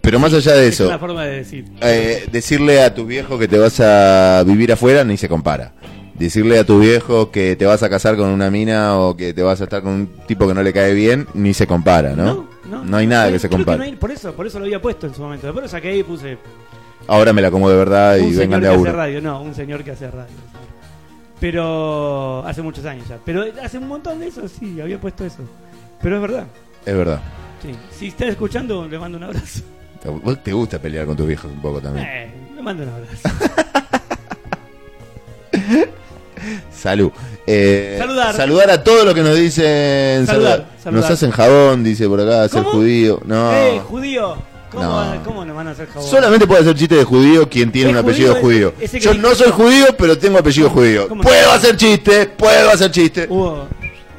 S2: Pero más allá de
S1: Es
S2: eso,
S1: una forma de decir.
S2: eh, decirle a tus viejos que te vas a vivir afuera ni se compara. Decirle a tus viejos que te vas a casar con una mina o que te vas a estar con un tipo que no le cae bien, ni se compara, ¿no? hay nada que se
S1: creo
S2: compare.
S1: no hay- por eso, por eso lo había puesto en su momento. Después lo saqué ahí y puse
S2: Ahora me la como de verdad y
S1: un
S2: vengan
S1: señor
S2: de
S1: que
S2: a
S1: hace
S2: uno.
S1: radio, no, un señor que hace radio. Pero hace muchos años ya. Pero hace un montón de eso, sí, había puesto eso. Pero es verdad.
S2: Es verdad.
S1: Sí. Si está escuchando, le mando un abrazo.
S2: Te- Vos te gusta pelear con tus viejos un poco también.
S1: Eh, le mando un abrazo.
S2: Salud. Eh,
S1: Saludar.
S2: a todos los que nos dicen.
S1: Saludar,
S2: Saludar.
S1: saludar.
S2: Nos hacen jabón, dice por acá, ser
S1: ¿Cómo?
S2: judío. No.
S1: ¡Eh, judío! ¿Cómo,
S2: No.
S1: van- ¿Cómo nos van a hacer jabón?
S2: Solamente puede hacer chiste de judío quien tiene
S1: Es
S2: un apellido
S1: judío,
S2: judío.
S1: es- ese que
S2: Yo
S1: te-
S2: no soy judío, pero tengo apellido judío.
S1: ¿Cómo?
S2: Puedo hacer chiste, puedo hacer chiste.
S1: Hubo.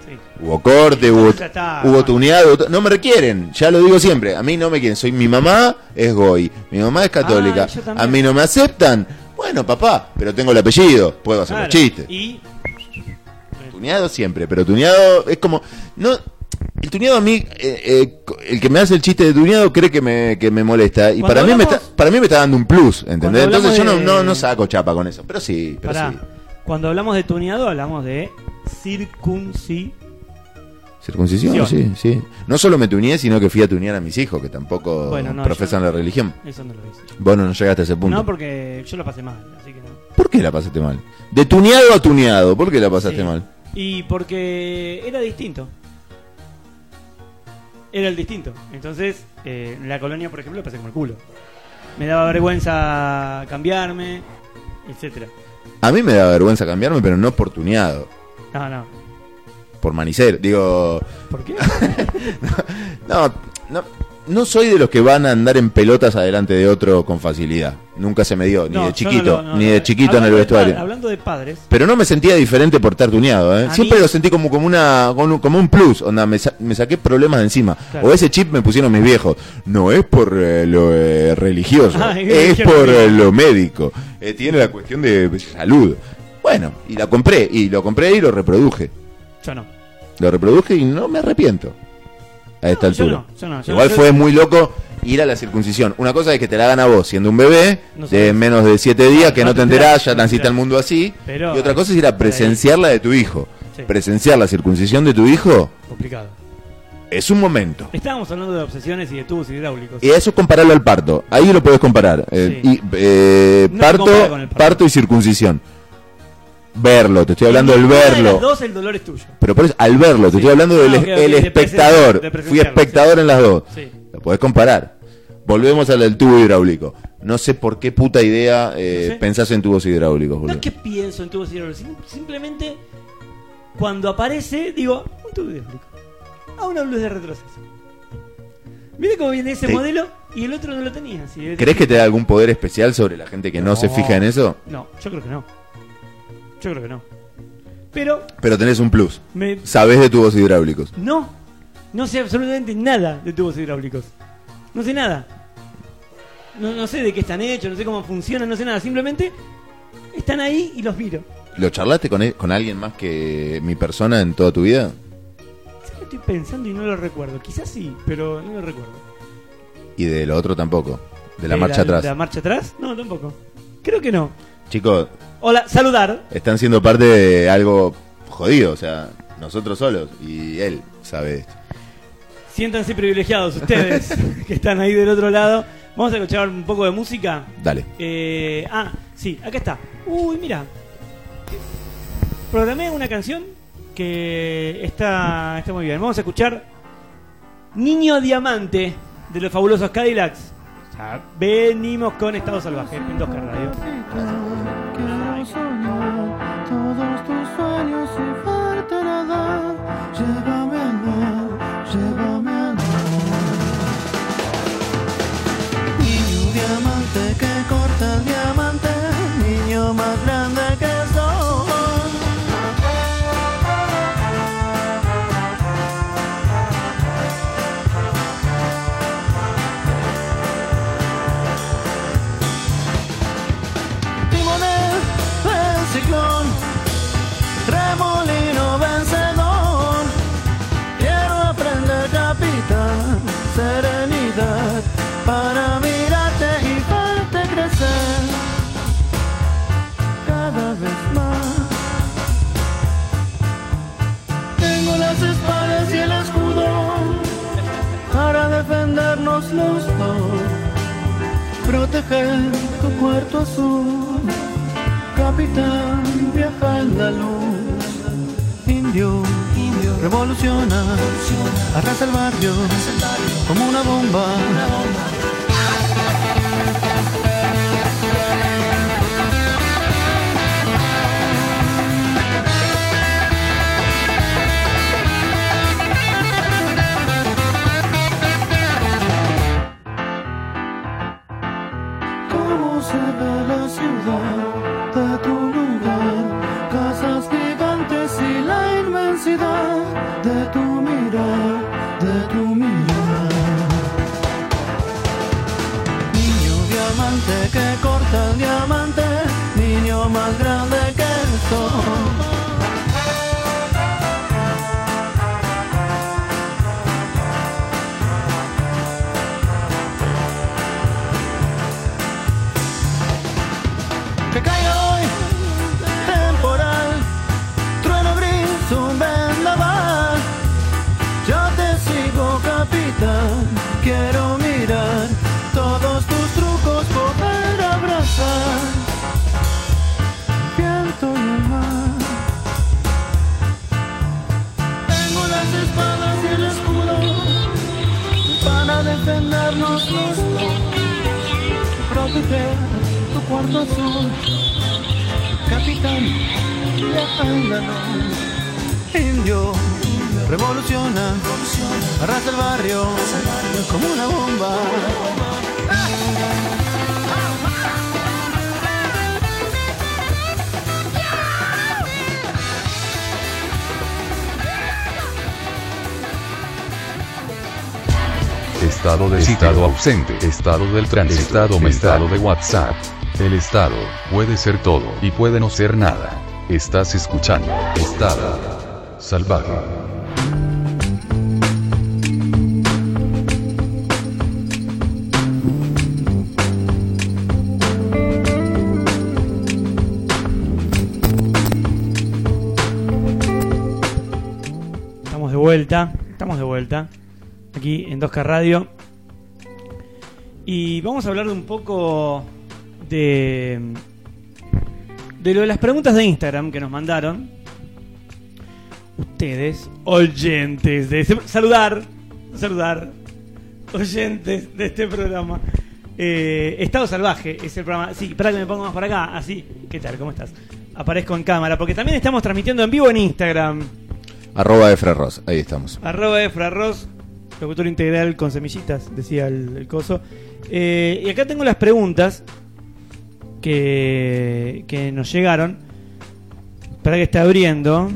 S1: Sí.
S2: Hubo corte, hubo,
S1: Ya está.
S2: hubo tuneado. hubo to- No me requieren, ya lo digo siempre. A mí no me quieren. Soy mi mamá, es goy. Mi mamá es católica.
S1: Ah, yo también.
S2: a mí no me aceptan. Bueno, papá, pero tengo el apellido. Puedo hacer
S1: Claro.
S2: los chistes.
S1: Y
S2: Tuneado siempre, pero tuneado es como. no El tuneado a mí, eh, eh, co- el que me hace el chiste de tuneado cree que me, que me molesta. Y
S1: Cuando
S2: para mí, me
S1: hablamos-
S2: está, para mí me está dando un plus, ¿entendés?
S1: Cuando
S2: Entonces yo no,
S1: hablamos
S2: no,
S1: de-
S2: no saco chapa con eso. Pero sí, pero
S1: pará,
S2: sí.
S1: cuando hablamos de tuneado, hablamos de circunci.
S2: Circuncisión, sí,
S1: Sion.
S2: sí. No solo me tuneé, sino que fui a tunear a mis hijos, que tampoco
S1: Bueno, no,
S2: profesan
S1: yo no-
S2: la religión.
S1: Eso no lo hice.
S2: Vos no llegaste a ese punto.
S1: No, porque yo lo pasé mal, así que no.
S2: ¿Por qué la pasaste mal? De tuneado a tuneado, ¿por qué la pasaste
S1: Sí.
S2: mal?
S1: Y porque era distinto. Era el distinto. Entonces, eh, en la colonia, por ejemplo, la pasé como el culo. Me daba vergüenza cambiarme, etcétera.
S2: A mí me da vergüenza cambiarme, pero no por tuneado,
S1: No, no.
S2: por manicero. Digo,
S1: ¿Por qué?
S2: No, no, no soy de los que van a andar en pelotas adelante de otro con facilidad. Nunca se me dio,
S1: No,
S2: ni
S1: yo
S2: de
S1: no
S2: chiquito,
S1: lo- no,
S2: ni
S1: no.
S2: de chiquito en el
S1: Hablando de pa-
S2: vestuario.
S1: hablando de padres,
S2: Pero no me sentía diferente por estar tuneado, ¿eh?
S1: A
S2: Siempre
S1: mí-
S2: lo sentí como, como, una, como un- como un plus, onda, me, sa- me saqué problemas de encima.
S1: Claro.
S2: O ese chip me pusieron mis viejos. No es por eh, lo eh, religioso,
S1: Ah,
S2: es
S1: qué
S2: por
S1: horrible.
S2: eh, lo médico. Eh, tiene la cuestión de salud. Bueno, y la compré, y lo compré y lo reproduje.
S1: yo no.
S2: Lo reproduje y no me arrepiento. A esta
S1: yo
S2: altura.
S1: no, yo no, yo
S2: Igual
S1: no, yo-
S2: fue muy loco ir a la circuncisión. Una cosa es que te la hagan a vos siendo un bebé
S1: No
S2: de
S1: sabes.
S2: menos de 7 días, que
S1: No
S2: no,
S1: te
S2: te enterás,
S1: enterás,
S2: ya
S1: no te
S2: naciste
S1: enterás.
S2: al mundo así.
S1: Pero-
S2: y otra cosa es ir a presenciar la de tu hijo.
S1: Sí.
S2: Presenciar la circuncisión de tu hijo
S1: Complicado.
S2: es un momento.
S1: Estábamos hablando de obsesiones y de tubos hidráulicos.
S2: Y eso es compararlo al parto. Ahí lo puedes comparar. Eh,
S1: Sí.
S2: y, eh,
S1: No se
S2: parto,
S1: compara con el
S2: parto.
S1: parto.
S2: y circuncisión. Verlo, te estoy hablando del
S1: En ninguna de
S2: verlo.
S1: las dos el dolor es tuyo.
S2: Pero por eso, al verlo, te
S1: Sí.
S2: estoy hablando del
S1: Ah, ok, ok,
S2: el
S1: de
S2: espectador.
S1: presenciar, de
S2: Fui
S1: presenciar,
S2: espectador en las dos.
S1: Sí.
S2: Lo podés comparar. Volvemos al del tubo hidráulico. No sé por qué puta idea eh,
S1: No sé.
S2: pensás en tubos hidráulicos,
S1: No
S2: boludo.
S1: es que pienso en tubos hidráulicos, sim- simplemente cuando aparece digo, un tubo hidráulico. A una luz de retroceso. Mira cómo viene ese
S2: Sí.
S1: modelo y el otro no lo tenía. así de-
S2: ¿Crees que te da algún poder especial sobre la gente que no, se
S1: No.
S2: fija en eso?
S1: No, yo creo que no. Yo creo que no. Pero
S2: Pero tenés un plus.
S1: me
S2: Sabés de tubos hidráulicos.
S1: no, no sé absolutamente nada de tubos hidráulicos. No sé nada. No, no sé de qué están hechos, no sé cómo funcionan, no sé nada. Simplemente están ahí y los miro.
S2: ¿Lo charlaste con, e- con alguien más que mi persona en toda tu vida?
S1: ¿Sabes que estoy pensando y no lo recuerdo? Quizás sí, pero no lo recuerdo.
S2: Y de lo otro tampoco. De la
S1: Eh,
S2: marcha atrás.
S1: ¿De la marcha atrás? No, tampoco. Creo que no.
S2: Chicos,
S1: Hola, saludar.
S2: están siendo parte de algo jodido. O sea, nosotros solos. Y él sabe esto.
S1: Siéntanse privilegiados ustedes que están ahí del otro lado. Vamos a escuchar un poco de música.
S2: Dale.
S1: Eh, ah, sí, acá está. Uy, mira. Programé una canción que está, está muy bien. Vamos a escuchar Niño Diamante de los fabulosos Cadillacs. Ya Venimos con Estado Salvaje en 2 Radio.
S6: Quiero soñar, todos tus sueños y falta nada. Llévame al mar, llévame al mar. Niño diamante que corta el diamante, niño más grande que soy. Te
S7: Tejenco, Puerto Azul, capitán, viaja en la luz. Indio, revoluciona, arrasa el barrio como una bomba. ¿Cómo se ve la ciudad de tu lugar? Casas gigantes y la inmensidad de tu mirar, de tu mirar. Niño diamante que corta el diamante, niño más grande que el sol. que caiga hoy temporal, trueno gris, un vendaval. Yo te sigo, capitán, quiero mirar todos tus trucos, poder abrazar. Viento y el mar. Tengo las espadas y el escudo para defendernos los dos proteger tu cuarto azul. Capitán, lejándanos. Indio, revoluciona, arrasa el barrio como una bomba.
S5: Estado de estado ausente. Estado del tránsito. Estado estado de WhatsApp. El estado puede ser todo y puede no ser nada. Estás escuchando. Estado salvaje.
S1: Estamos de vuelta, estamos de vuelta, aquí en 2K Radio. Y vamos a hablar de un poco de, de lo de las preguntas de Instagram que nos mandaron. Ustedes, oyentes de este... Saludar, saludar, oyentes de este programa. Eh, Estado Salvaje es el programa. Sí, para que me pongo más para acá. Así, ¿qué tal? ¿Cómo estás? Aparezco en cámara, porque también estamos transmitiendo en vivo en Instagram.
S2: Arroba de Ferros, ahí estamos.
S1: Arroba Efra Ross, locutor integral con semillitas, decía el, el coso. Eh, y acá tengo las preguntas que, que nos llegaron. Para que está abriendo.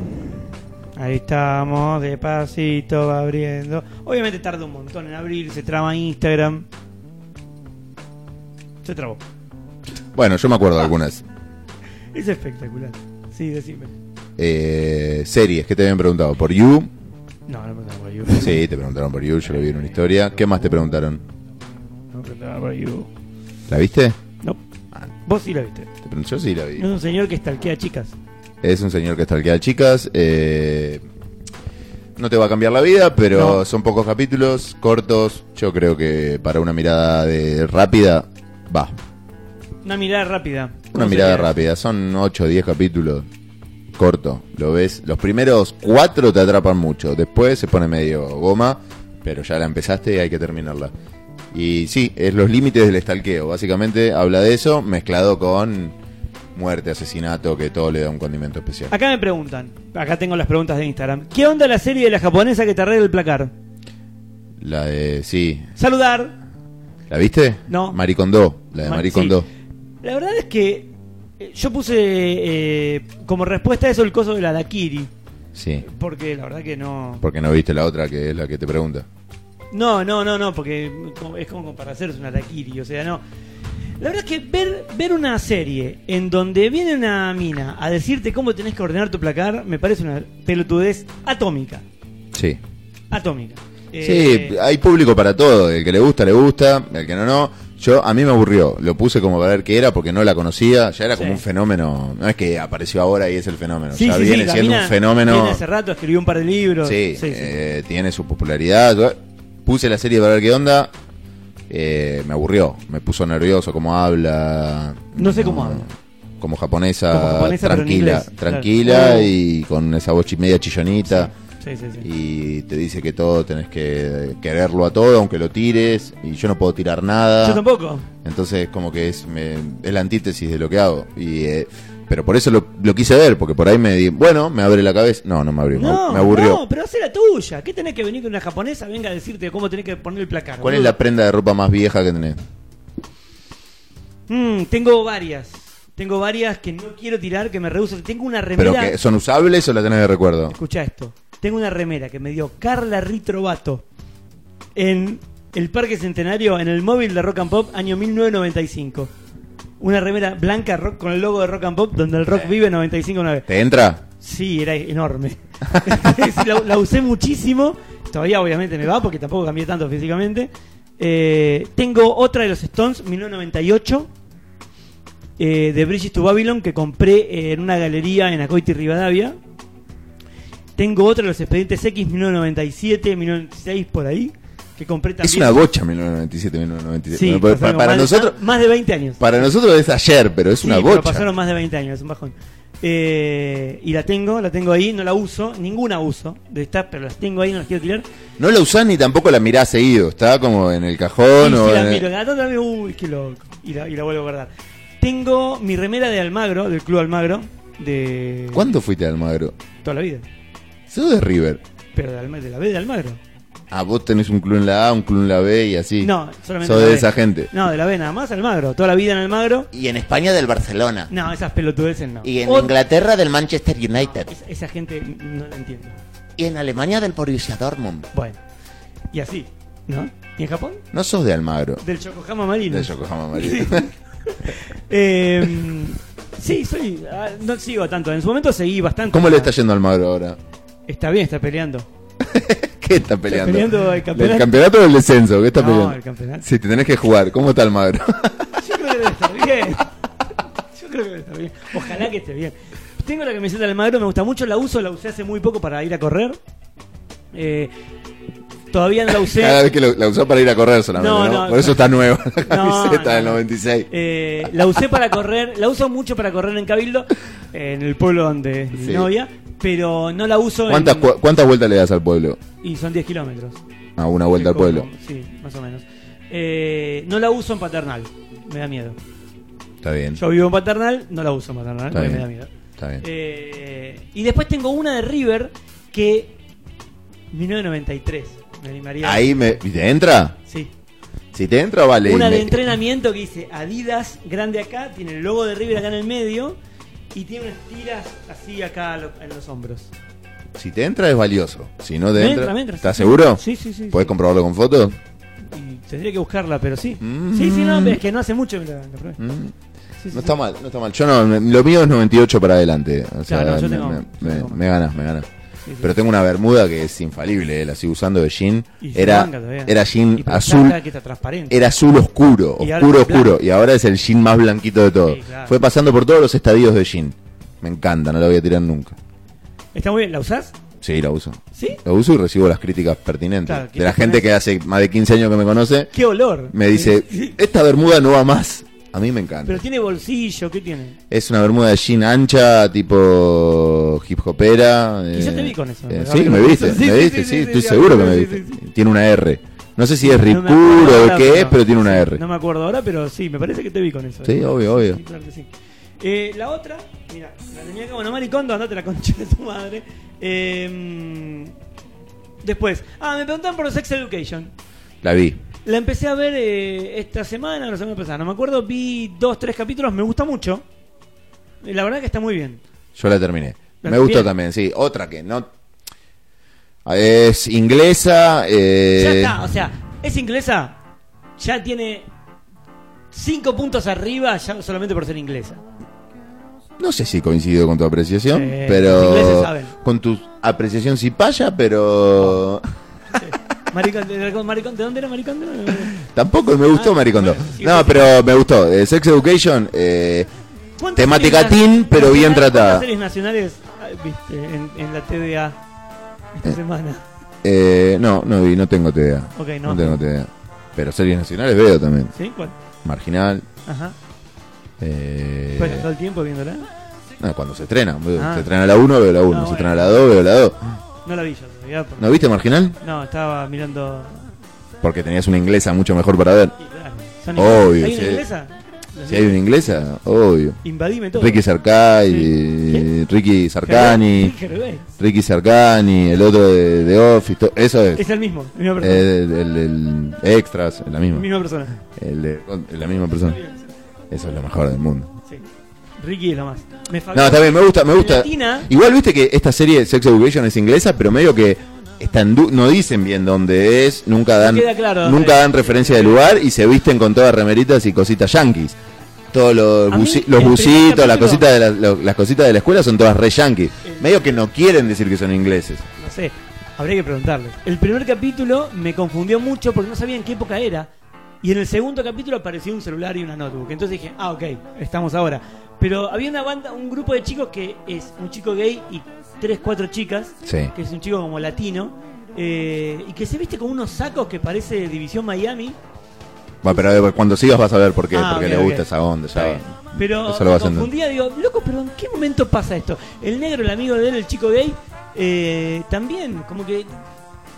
S1: Ahí estamos, despacito va abriendo. Obviamente tarda un montón en abrir, se traba Instagram. Se trabó.
S2: Bueno, yo me acuerdo de algunas
S1: Es espectacular. Sí, decime.
S2: eh, series que te habían preguntado. Por You,
S1: No, no me preguntaba por you.
S2: sí, te preguntaron por You, yo lo vi en una historia. ¿Qué más te preguntaron?
S1: No me Ah. preguntaba por you.
S2: ¿La viste?
S1: No. Vos sí la viste.
S2: Te pregun- Yo sí la vi.
S1: Es un señor que stalkea chicas.
S2: Es un señor que stalkea chicas. eh, no te va a cambiar la vida, pero
S1: No.
S2: son pocos capítulos, cortos. Yo creo que para una mirada de rápida, va.
S1: Una mirada rápida.
S2: Una
S1: No sé
S2: mirada
S1: qué-
S2: rápida. Son 8 o 10 capítulos. Corto, lo ves. Los primeros cuatro te atrapan mucho. Después se pone medio goma, pero ya la empezaste y hay que terminarla. Y sí, es los límites del estalqueo. Básicamente habla de eso mezclado con muerte, asesinato, que todo le da un condimento especial.
S1: Acá me preguntan, acá tengo las preguntas de Instagram. ¿Qué onda la serie de la japonesa que te arregla el placar?
S2: La de. Sí.
S1: Saludar.
S2: ¿La viste?
S1: No.
S2: Maricondo. La de
S1: Ma-
S2: Maricondo.
S1: sí. La verdad es que eh, yo puse eh, como respuesta a eso el coso de la Dakiri.
S2: Sí.
S1: Porque la verdad que no.
S2: Porque no viste la otra que es la que te pregunta.
S1: No, no, no, no, porque es como para hacerse una Dakiri. O sea, no. La verdad es que ver, ver una serie en donde viene una mina a decirte cómo tenés que ordenar tu placar me parece una pelotudez atómica.
S2: Sí.
S1: Atómica. Eh,
S2: Sí, hay público para todo. El que le gusta, le gusta. El que no, no. Yo, a mí me aburrió. Lo puse como para ver qué era porque no la conocía. Ya era como
S1: Sí.
S2: un fenómeno. No es que apareció ahora y es el fenómeno.
S1: Sí,
S2: ya
S1: sí, sí,
S2: viene
S1: la
S2: siendo
S1: mina
S2: un fenómeno. eh,
S1: viene hace rato, escribió un par de libros.
S2: Sí, eh, tiene su popularidad. Puse la serie para ver qué onda. eh, me aburrió, me puso nervioso como habla.
S8: No sé cómo habla.
S2: Como japonesa,
S8: Como japonesa, pero en
S2: tranquila,
S8: inglés, claro.
S2: tranquila
S8: Oh.
S2: y con esa voz chi- media chillonita.
S1: Sí, sí, sí.
S2: Y te dice que todo tenés que quererlo a todo, aunque lo tires. Y yo no puedo tirar nada.
S1: Yo tampoco.
S2: Entonces, como que es, me- es la antítesis de lo que hago. Y, eh, pero por eso lo, lo quise ver, porque por ahí me di, bueno, me abre la cabeza. No, no me abrió, me-
S1: No,
S2: me aburrió.
S1: no, pero hace la tuya. ¿Qué tenés que venir con una japonesa venga a decirte cómo tenés que poner el placar?
S2: ¿Cuál es
S1: boludo?
S2: la prenda de ropa más vieja que tenés?
S1: Mm, tengo varias. Tengo varias que no quiero tirar, que me rehuso. Tengo una
S2: ¿Pero
S1: remera.
S2: que son usables o la tenés de recuerdo?
S1: Escucha esto. Tengo una remera que me dio Carla Ritrovato en el Parque Centenario, en el móvil de Rock and Pop, año 1995. Una remera blanca rock, con el logo de Rock and Pop, donde el rock vive 95.9.
S2: ¿Te entra?
S1: Sí, era enorme. la, la usé muchísimo. Todavía obviamente me va porque tampoco cambié tanto físicamente. Eh, tengo otra de los Stones, 1998, eh, de Bridges to Babylon, que compré eh, en una galería en Acoiti Rivadavia. Tengo otra de los Expedientes X, 1997, 1996, por ahí, que compré también.
S2: Es una bocha 1997, 1997.
S1: Sí,
S2: Bueno, pa-
S1: pasaron
S2: pa- para,
S1: más de-
S2: nosotros,
S1: más de 20 años.
S2: para nosotros es ayer, pero es
S1: Sí,
S2: una
S1: pero
S2: bocha.
S1: pasaron más de 20 años, es un bajón. Eh, y la tengo, la tengo ahí, no la uso, ninguna uso de estas, pero las tengo ahí, no las quiero tirar.
S2: No la usás ni tampoco la mirás seguido, está como en el cajón
S1: y
S2: o
S1: si la
S2: en el-
S1: miro, cada tanto la veo, uy, qué loco, y la, y la vuelvo a guardar. Tengo mi remera de Almagro, del Club Almagro, de
S2: ¿Cuándo fuiste a Almagro?
S1: toda la vida,
S2: Sos de River.
S1: pero de, Alma- de la B de Almagro.
S2: Ah, vos tenés un club en la A, un club en la B y así.
S1: No, solamente
S2: Sos
S1: la
S2: de
S1: B.
S2: esa gente.
S1: No, de la B nada más, Almagro, toda la vida en Almagro.
S9: Y en España del Barcelona.
S1: No, esas pelotudeces no.
S9: Y en
S1: Ot-
S9: Inglaterra del Manchester United.
S1: esa, esa gente no la entiendo.
S9: Y en Alemania del Borussia Dortmund.
S1: Bueno, y así, ¿no? ¿Y en Japón?
S2: No sos de Almagro.
S1: Del Yokohama Marino.
S2: De Yokohama María.
S1: Eh, sí, soy. ah, No sigo tanto. En su momento seguí bastante.
S2: ¿Cómo le
S1: Ah,
S2: está yendo a Almagro ahora?
S1: Está bien, está peleando.
S2: ¿Qué está peleando?
S1: peleando el campeonato.
S2: ¿El campeonato o el descenso? ¿Qué está
S1: No,
S2: peleando?
S1: el campeonato.
S2: Si te tenés que jugar, ¿cómo está Almagro?
S1: Yo creo que debe estar bien. Yo creo que debe estar bien. Ojalá que esté bien. Tengo la camiseta del Magro, me gusta mucho. La uso, la usé hace muy poco para ir a correr. Eh, todavía no la usé.
S2: Cada vez que lo- la usás para ir a correr solamente,
S1: No,
S2: ¿no?
S1: no,
S2: Por eso
S1: no.
S2: está nueva la
S1: No,
S2: camiseta
S1: no.
S2: del 96.
S1: Eh, la usé para correr, la uso mucho para correr en Cabildo, eh, en el pueblo donde es mi
S2: Sí.
S1: novia, pero no la uso en-
S2: ¿Cuántas, cua- ¿Cuántas vueltas le das al pueblo?
S1: y son 10 kilómetros.
S2: A una vuelta al
S1: Como-
S2: pueblo.
S1: Sí, más o menos. Eh, no la uso en paternal, me da miedo.
S2: Está bien.
S1: Yo vivo en paternal, no la uso en paternal,
S2: Está
S1: porque me
S2: bien.
S1: da miedo.
S2: Está bien.
S1: Eh, y después tengo una de River que. 1993, me animaría.
S2: Ahí me. ¿y ¿Te entra?
S1: Sí.
S2: Si te entra, vale.
S1: Una
S2: y
S1: de
S2: me-
S1: entrenamiento que dice Adidas, grande acá, tiene el logo de River acá en el medio y tiene unas tiras así acá a lo- en los hombros.
S2: Si te entra, es valioso. Si no te
S1: Me
S2: entra.
S1: entra, me entra,
S2: ¿Estás
S1: sí.
S2: seguro?
S1: Sí, sí, sí.
S2: ¿Puedes
S1: sí.
S2: comprobarlo con fotos?
S1: Y tendría que buscarla, pero sí.
S2: Mm.
S1: Sí, sí, no, es que no hace mucho que la, la probé.
S2: Mm.
S1: Sí, sí,
S2: No está mal, no está mal. Yo no, me- lo mío es 98 para adelante. O sea,
S1: Claro, yo
S2: me-
S1: tengo-
S2: me,
S1: yo tengo
S2: me-
S1: más.
S2: me ganas, me ganas.
S1: sí, sí.
S2: Pero tengo una bermuda que es infalible, eh, la sigo usando de jean.
S1: Y se
S2: Era,
S1: manga todavía.
S2: era
S1: Y
S2: jean
S1: pero está
S2: azul,
S1: acá que está transparente.
S2: era azul oscuro,
S1: Y ahora
S2: oscuro,
S1: es blanco.
S2: oscuro. Y ahora es el jean más blanquito de todo.
S1: Sí, claro.
S2: Fue pasando por todos los estadios de jean. Me encanta, no la voy a tirar nunca.
S1: Está muy bien, ¿la usás?
S2: Sí, la uso.
S1: ¿Sí?
S2: La uso y recibo las críticas pertinentes.
S1: Claro, que
S2: de la
S1: te
S2: gente
S1: pones-
S2: que hace más de 15 años que me conoce,
S1: ¿Qué olor?
S2: me dice,
S1: Sí.
S2: esta bermuda no va más. A mí me encanta.
S1: Pero tiene bolsillo, ¿qué tiene?
S2: Es una bermuda de jean ancha, tipo hip hopera.
S1: Y yo te
S2: eh,
S1: vi con eso.
S2: eh,
S1: Ahora
S2: sí,
S1: que
S2: me
S1: lo
S2: viste,
S1: pienso. Sí,
S2: me
S1: sí,
S2: viste,
S1: sí,
S2: sí,
S1: sí,
S2: estoy
S1: sí,
S2: seguro que
S1: ahora sí,
S2: me viste.
S1: sí,
S2: Tiene una R. No sé si es
S1: No me
S2: Ripur
S1: acuerdo
S2: o de
S1: ahora,
S2: qué es, pero tiene una
S1: sí,
S2: R.
S1: No me acuerdo ahora, pero sí, me parece que te vi con eso. eh.
S2: Sí, obvio, obvio.
S1: Sí, claro que sí. Eh, la otra, mira, la tenía acá, bueno, maricondo, andate la concha de tu madre. Eh, después, ah, me preguntan por Sex Education.
S2: La vi.
S1: La empecé a ver eh, esta semana, la semana pasada, no me acuerdo, vi dos, tres capítulos, me gusta mucho. Eh, La verdad que está muy bien.
S2: Yo la terminé.
S1: ¿La
S2: me gustó
S1: bien?
S2: también, sí. Otra que no. Ah, Es inglesa. eh,
S1: Ya está, o sea, es inglesa, ya tiene cinco puntos arriba ya solamente por ser inglesa.
S2: No sé si coincido con tu apreciación,
S1: Sí, los ingleses
S2: pero.
S1: saben. Oh.
S2: Con tu apreciación si paya, pero.
S1: Maricón, de, de- maricón, ¿de dónde era maricón? De-
S2: Tampoco me gustó,
S1: Ah,
S2: Maricondo.
S1: bueno, sí,
S2: no,
S1: sí.
S2: pero me gustó. Eh, Sex Education. Eh,
S1: ¿Cuántas
S2: Temática
S1: series
S2: teen,
S1: na-
S2: pero bien
S1: nacionales-
S2: tratada.
S1: cuántas series nacionales ah, viste en, en la TDA esta semana?
S2: Eh, no, no vi, no tengo TDA.
S1: Ok, no.
S2: tengo TDA. Pero series nacionales veo también.
S1: ¿Sí? ¿Cuál?
S2: Marginal.
S1: Ajá.
S2: eh,
S1: Bueno, todo el tiempo viéndola.
S2: no, cuando se estrena. veo-
S1: Ah.
S2: Se estrena la 1, veo la 1.
S1: Ah,
S2: Se
S1: bueno.
S2: estrena la 2, veo la 2.
S1: No la vi yo, en realidad, porque-
S2: ¿No viste Marginal?
S1: No, estaba mirando.
S2: Porque tenías una inglesa mucho mejor para ver.
S1: y, claro, son
S2: Obvio,
S1: ingleses. ¿Hay
S2: sí.
S1: una inglesa? Los
S2: Si hay una inglesa, obvio.
S1: Invadime todo.
S2: Ricky Sarkai,
S1: Sí.
S2: Ricky
S1: Gervais.
S2: Sarcani,
S1: Sí, Gervais.
S2: Ricky Sarcani, el otro de, de Office, to- eso es.
S1: Es el mismo, la misma persona.
S2: Eh, el, el- el extras, es la misma.
S1: misma persona.
S2: El de- la misma persona. Eso es lo mejor del mundo.
S1: Sí. Ricky es lo más. Me
S2: No, está bien, me gusta, me gusta.
S1: Latina.
S2: Igual viste que esta serie Sex Education es inglesa, pero medio que está en du- no dicen bien dónde es, nunca dan,
S1: queda claro,
S2: nunca
S1: eh.
S2: dan referencia de lugar y se visten con todas remeritas y cositas yankees. Todos los,
S1: A mí,
S2: busi-
S1: el
S2: los
S1: primer
S2: busitos, las
S1: capítulo-
S2: cositas, de la, lo- las cositas de la escuela son todas re yankees. Medio que no quieren decir que son ingleses.
S1: No sé, habría que preguntarle. El primer capítulo me confundió mucho porque no sabía en qué época era. Y en el segundo capítulo apareció un celular y una notebook. Entonces dije, ah, ok, estamos ahora. Pero había una banda, un grupo de chicos que es un chico gay y tres, cuatro chicas,
S2: Sí.
S1: que es un chico como latino, eh, y que se viste con unos sacos que parece División Miami.
S2: Bueno, pero eh, cuando sigas vas a ver por qué,
S1: Ah,
S2: porque
S1: ok,
S2: le
S1: ok.
S2: gusta esa onda. ya
S1: Está
S2: va.
S1: bien. Pero
S2: Eso lo
S1: me
S2: vas a entender.
S1: confundía, digo, loco, pero ¿en qué momento pasa esto? El negro, el amigo de él, el chico gay, eh, también, como que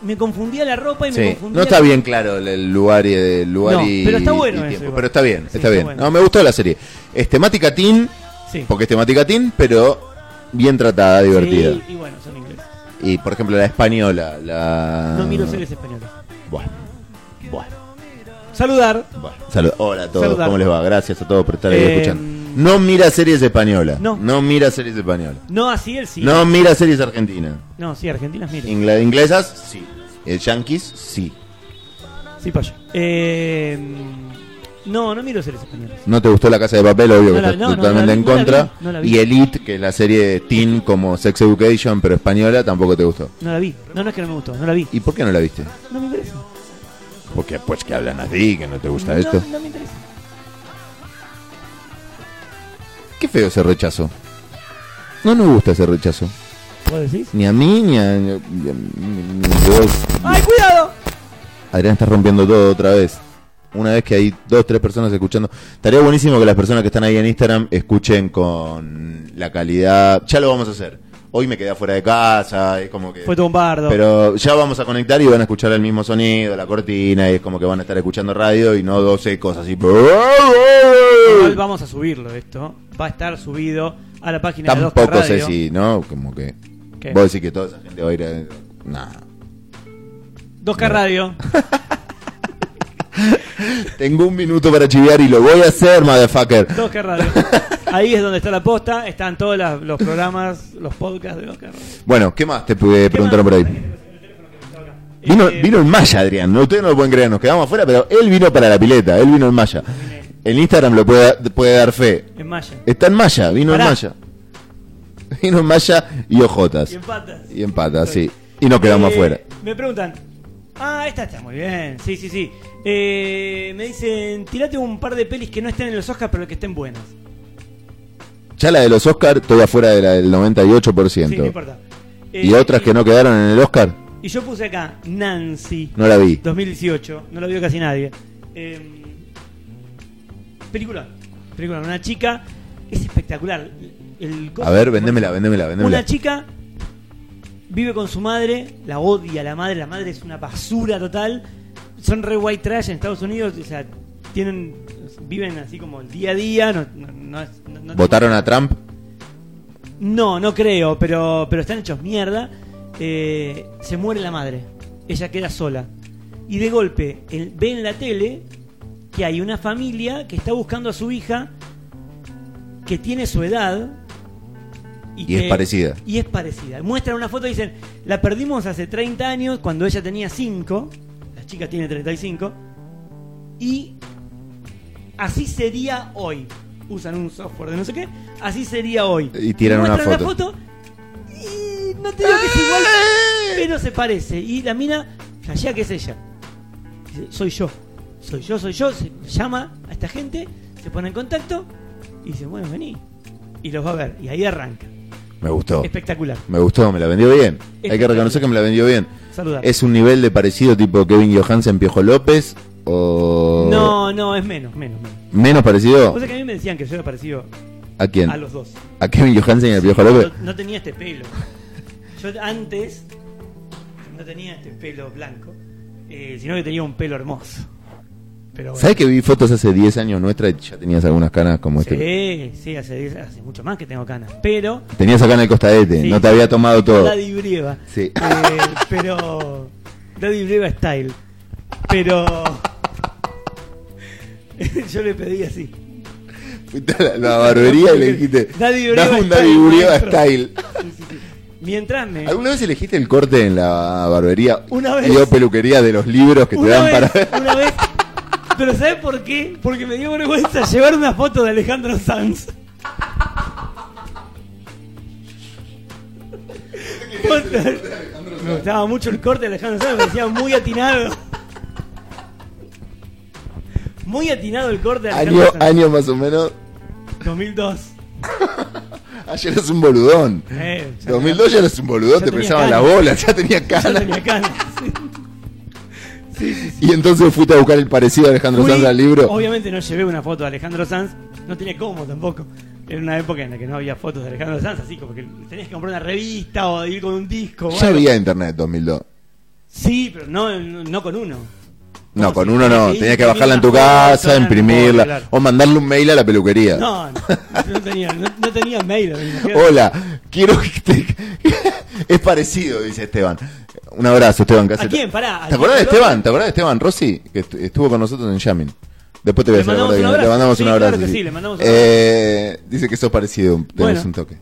S1: me confundía la ropa y me
S2: Sí,
S1: confundía.
S2: no está bien claro el- el lugar y el lugar
S1: No,
S2: y-
S1: pero está bueno
S2: y
S1: eso
S2: tiempo,
S1: igual.
S2: pero está bien,
S1: Sí,
S2: está,
S1: está
S2: bien.
S1: bueno.
S2: No, me gustó la serie. Es temática teen,
S1: Sí.
S2: porque es temática teen, pero bien tratada, divertida.
S1: Sí, y bueno, son ingleses.
S2: Y por ejemplo la española, la
S1: No miro series españolas.
S2: Bueno, bueno,
S1: Saludar.
S2: bueno. Salud- Hola a todos,
S1: Saludar.
S2: ¿cómo les va? Gracias a todos por estar ahí
S1: Eh,
S2: escuchando. No mira series españolas.
S1: No.
S2: mira series españolas.
S1: No, así él sí.
S2: No mira series argentinas.
S1: No, sí, argentinas miro.
S2: Ingla- inglesas, sí. Eh, yankees, sí.
S1: Sí, payo. Eh, no, no miro series españolas.
S2: No te gustó La Casa de Papel, obvio
S1: No
S2: que
S1: la-
S2: estás
S1: no, no,
S2: totalmente
S1: no la vi,
S2: en
S1: no la
S2: contra.
S1: vi, no la vi.
S2: Y Elite, que es la serie teen como Sex Education, pero española, tampoco te gustó.
S1: No la vi. No, no es que no me gustó, no la vi.
S2: ¿Y por qué no la viste?
S1: No me interesa.
S2: Porque pues que hablan así, que no te gusta esto.
S1: No, no me interesa.
S2: Qué feo ese rechazo. No nos gusta ese rechazo.
S1: ¿Vos decís?
S2: Ni a mí, ni a... ni a- ni- ni a vos.
S1: ¡Ay, cuidado!
S2: Adrián está rompiendo todo otra vez. Una vez que hay dos, tres personas escuchando. Estaría buenísimo que las personas que están ahí en Instagram escuchen con la calidad. Ya lo vamos a hacer. Hoy me quedé afuera de casa, es como que...
S1: Fue todo un bardo.
S2: Pero ya vamos a conectar y van a escuchar el mismo sonido, la cortina, y es como que van a estar escuchando radio y no 12 cosas así.
S1: Igual vamos a subirlo esto. Va a estar subido a la página de
S2: Tampoco
S1: Dos
S2: sé
S1: Radio.
S2: si, ¿no? Como que.
S1: ¿Qué?
S2: Vos decís que toda esa gente va a ir a. Nah.
S1: 2K Radio.
S2: Tengo un minuto para chiviar y lo voy a hacer, motherfucker.
S1: 2K Radio. Ahí es donde está la posta. Están todos las- los programas, los podcasts de 2K Radio.
S2: Bueno, ¿qué más te pude preguntar por ahí? Vino,
S1: Eh,
S2: vino el Maya, Adrián. No, ustedes no lo pueden creer, nos quedamos afuera, pero él vino para la pileta, él vino en Maya. En Instagram lo puede, puede dar fe.
S1: En Maya.
S2: Está en Maya, vino en
S1: Pará.
S2: Maya. Vino en Maya y Ojotas.
S1: Y en patas.
S2: Y empata, sí. Y nos quedamos
S1: Eh,
S2: afuera.
S1: Me preguntan. Ah, esta está muy bien. Sí, sí, sí. Eh, me dicen, tirate un par de pelis que no estén en los Oscars, pero que estén buenas.
S2: Ya la de los Oscar, estoy afuera de la del
S1: Sí, no
S2: 98%.
S1: importa.
S2: y
S1: Eh,
S2: otras que no quedaron en el Oscar,
S1: Y yo puse acá, Nancy.
S2: no la vi.
S1: 2018, no lo vio casi nadie. Eh, película, película, una chica, es espectacular. El coso-
S2: A ver, vendémela, vendémela, vendémela.
S1: Una chica vive con su madre, la odia la madre, la madre es una basura total. Son re white trash en Estados Unidos, o sea, tienen, viven así como el día a día. No, no, no es- no- no-
S2: ¿Votaron a Trump?
S1: no, no creo, pero, pero están hechos mierda. Eh, se muere la madre. Ella queda sola. Y de golpe el- ve en la tele que hay una familia que está buscando a su hija que tiene su edad.
S2: Y es parecida.
S1: Y es parecida. Muestran una foto y dicen, la perdimos hace 30 años cuando ella tenía 5. La chica tiene 35. Y así sería hoy. Usan un software de no sé qué. Así sería hoy.
S2: Y tiran una
S1: Muestran
S2: foto.
S1: y no te digo que es igual,
S2: ¡Eh!
S1: pero se parece. Y la mina flashea que es ella. Dice, soy yo. Soy yo, soy yo. Se llama a esta gente, se pone en contacto y dice, bueno, vení. Y los va a ver. Y ahí arranca.
S2: Me gustó.
S1: Espectacular.
S2: Me gustó, me la vendió bien. Hay que reconocer que me la vendió bien.
S1: Saludar.
S2: Es un nivel de parecido tipo Kevin Johansen, Piojo López o
S1: No, no, es menos, menos, menos.
S2: menos parecido
S1: Cosa que a mí me decían que yo era parecido
S2: a quién?
S1: a los dos.
S2: ¿A Kevin Johansen y al Piojo López?
S1: No, no tenía este pelo. Yo antes no tenía este pelo blanco, eh, sino que tenía un pelo hermoso. Pero bueno.
S2: ¿Sabes que vi fotos hace 10 años nuestras y ya tenías algunas canas como este?
S1: Sí, sí, hace, diez- hace mucho más que tengo canas. Pero
S2: Tenías acá en el costadete,
S1: Sí.
S2: no te había tomado todo.
S1: La Dibreva.
S2: Oh. Sí.
S1: Eh, pero. La Dibreva Style. Pero. Yo le pedí así.
S2: Fuiste a la, la barbería y le dijiste,
S1: Daddy
S2: dame
S1: Breva
S2: un Daddy
S1: style,
S2: Breva
S1: maestro".
S2: style.
S1: Mientras me.
S2: ¿Alguna vez elegiste el corte en la barbería?
S1: Una vez.
S2: Y yo peluquería de los libros que te
S1: una
S2: dan
S1: vez,
S2: para...
S1: una vez. Pero ¿sabes por qué? Porque me dio vergüenza llevar una foto de Alejandro Sanz. Me gustaba mucho el corte de Alejandro Sanz, me parecía muy atinado. Muy atinado el corte de
S2: año,
S1: Alejandro Sanz.
S2: año más o menos.
S1: 2002.
S2: Ayer eras un boludón.
S1: Eh, ya
S2: 2002 ya eras un boludón,
S1: ya
S2: te
S1: tenía
S2: pesaban las
S1: canas.
S2: bolas, ya tenía
S1: tenía- ya
S2: canas.
S1: tenía canas. Sí.
S2: Y entonces fuiste a buscar el parecido a Alejandro
S1: Fui-
S2: Sanz al libro.
S1: Obviamente no llevé una foto de Alejandro Sanz, no tenía cómo tampoco. Era una época en la que no había fotos de Alejandro Sanz, así como que tenías que comprar una revista o ir con un disco.
S2: Ya
S1: bueno.
S2: había internet 2002.
S1: Sí, pero no, no, no con uno.
S2: No,
S1: No,
S2: con
S1: sí,
S2: uno no.
S1: sí,
S2: Tenías que
S1: imprimir
S2: bajarla en
S1: una
S2: tu
S1: foto,
S2: casa,
S1: claro,
S2: imprimirla.
S1: claro.
S2: O mandarle un mail a la peluquería.
S1: No, no, no tenía, no, no tenía mail. imagínate.
S2: Oh, Hola, quiero que te- Es parecido, dice Esteban. Un abrazo, Esteban.
S1: ¿A
S2: Caseta.
S1: quién? Pará. ¿a
S2: ¿Te
S1: quién?
S2: acordás de
S1: Pero-
S2: Esteban? ¿Te acordás de Esteban Rossi? Que est- estuvo con nosotros en Yamin. Después te voy a
S1: Le mandamos
S2: hacer acordar
S1: un
S2: que- Le
S1: abrazo.
S2: mandamos un
S1: Sí,
S2: abrazo.
S1: claro que sí, le mandamos un
S2: Eh, dice que sos parecido, tenés
S1: Bueno.
S2: un toque.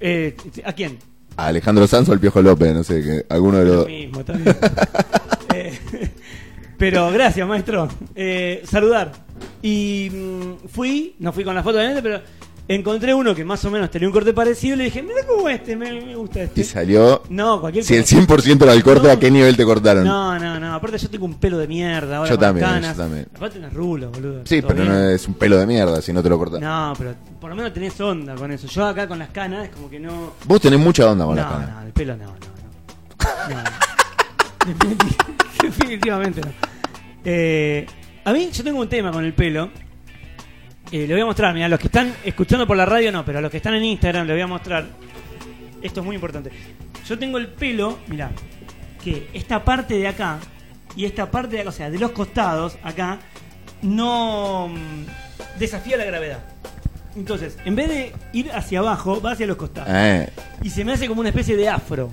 S1: Eh, ¿A quién?
S2: A Alejandro Sanz o al Piojo López, no sé, que alguno de
S1: Lo
S2: los.
S1: mismo, está bien. Eh, pero gracias, maestro. Eh, saludar. Y mm, fui, no fui con la foto obviamente, pero encontré uno que más o menos tenía un corte parecido y le dije, mira cómo este, me, me gusta
S2: Y
S1: este.
S2: salió.
S1: No, cualquier
S2: Si el
S1: cosa.
S2: 100% era el corte,
S1: No.
S2: ¿a qué nivel te cortaron?
S1: No, no, no. Aparte yo tengo un pelo de mierda ahora.
S2: Yo
S1: con las
S2: también,
S1: canas.
S2: yo también.
S1: Aparte unas rulos, boludo.
S2: sí,
S1: ¿todo
S2: pero
S1: bien?
S2: no es un pelo de mierda si no te lo cortas.
S1: No, pero por lo menos tenés onda con eso. Yo acá con las canas es como que no...
S2: Vos tenés mucha onda con la
S1: No,
S2: cana.
S1: no, el pelo no, no, no. No, no. Definiti- Definitivamente no. Eh, a mí yo tengo un tema con el pelo. Eh, le voy a mostrar, mira, los que están escuchando por la radio no, pero a los que están en Instagram le voy a mostrar. Esto es muy importante. Yo tengo el pelo, mira, que esta parte de acá y esta parte de acá, o sea, de los costados acá, no mm, desafía la gravedad. Entonces, en vez de ir hacia abajo, va hacia los costados.
S2: Eh,
S1: Y se me hace como una especie de afro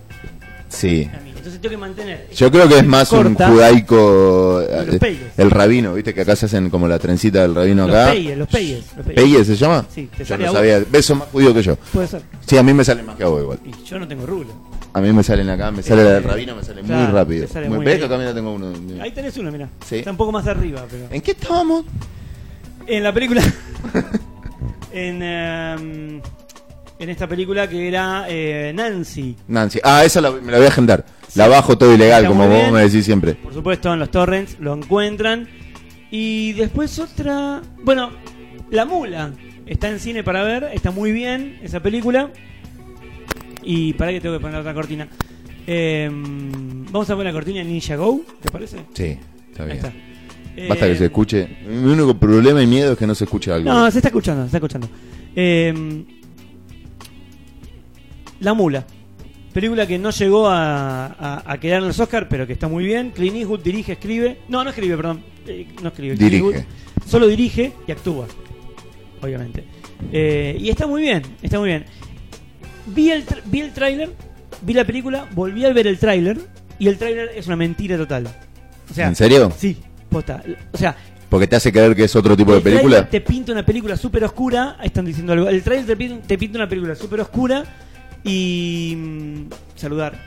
S2: sí.
S1: a mí. Entonces tengo que mantener.
S2: Yo creo que es más
S1: Corta.
S2: un judaico. eh,
S1: Y los peyes.
S2: El rabino, viste que acá se hacen como la trencita del rabino
S1: los
S2: acá.
S1: peyes, los peyes. Los peyes.
S2: ¿Peyes se llama?
S1: Sí, te
S2: yo
S1: sale
S2: no
S1: a vos.
S2: sabía. Ves, sos más judío que yo.
S1: Puede ser.
S2: Sí, a mí me sale más que a vos igual.
S1: Y yo no tengo rulo.
S2: A mí me salen acá, me sale
S1: Eh,
S2: la del rabino, me sale muy
S1: claro,
S2: rápido.
S1: te sale
S2: Me
S1: muy
S2: ves que
S1: bien.
S2: acá mira tengo uno. mira.
S1: Ahí tenés uno, mirá.
S2: Sí.
S1: Está un poco más arriba, pero.
S2: ¿En qué estábamos?
S1: En la película. en. em, en esta película que era eh, Nancy.
S2: Nancy. Ah, esa la- me la voy a agendar. La bajo todo ilegal,
S1: Está
S2: como
S1: muy
S2: vos
S1: bien.
S2: me decís siempre.
S1: Por supuesto, en los torrents lo encuentran. Y después otra. Bueno, La Mula. Está en cine para ver. Está muy bien esa película. Y para que tengo que poner otra cortina. Eh, vamos a poner la cortina Ninja Go, ¿te parece?
S2: Sí, está
S1: Ahí
S2: bien.
S1: está.
S2: Basta que
S1: Eh,
S2: se escuche. Mi único problema y miedo es que no se escuche algo.
S1: No, se está escuchando, se está escuchando. Eh, la Mula. Película que no llegó a, a- a quedar en los Oscar, pero que está muy bien. Clint Eastwood dirige, escribe. No, no escribe, perdón. Eh, no escribe. Clint
S2: Dirige.
S1: Eastwood solo dirige y actúa. Obviamente. Eh, y está muy bien, está muy bien. Vi el, tr- vi el tráiler, vi la película, volví a ver el tráiler y el tráiler es una mentira total. O sea,
S2: ¿En serio?
S1: Sí, posta. O sea,
S2: Porque te hace creer que es otro tipo de
S1: el tráiler
S2: película.
S1: Te pinta una película súper oscura. Ahí están diciendo algo. El trailer te pinta, te pinta una película súper oscura. Y. mm, saludar.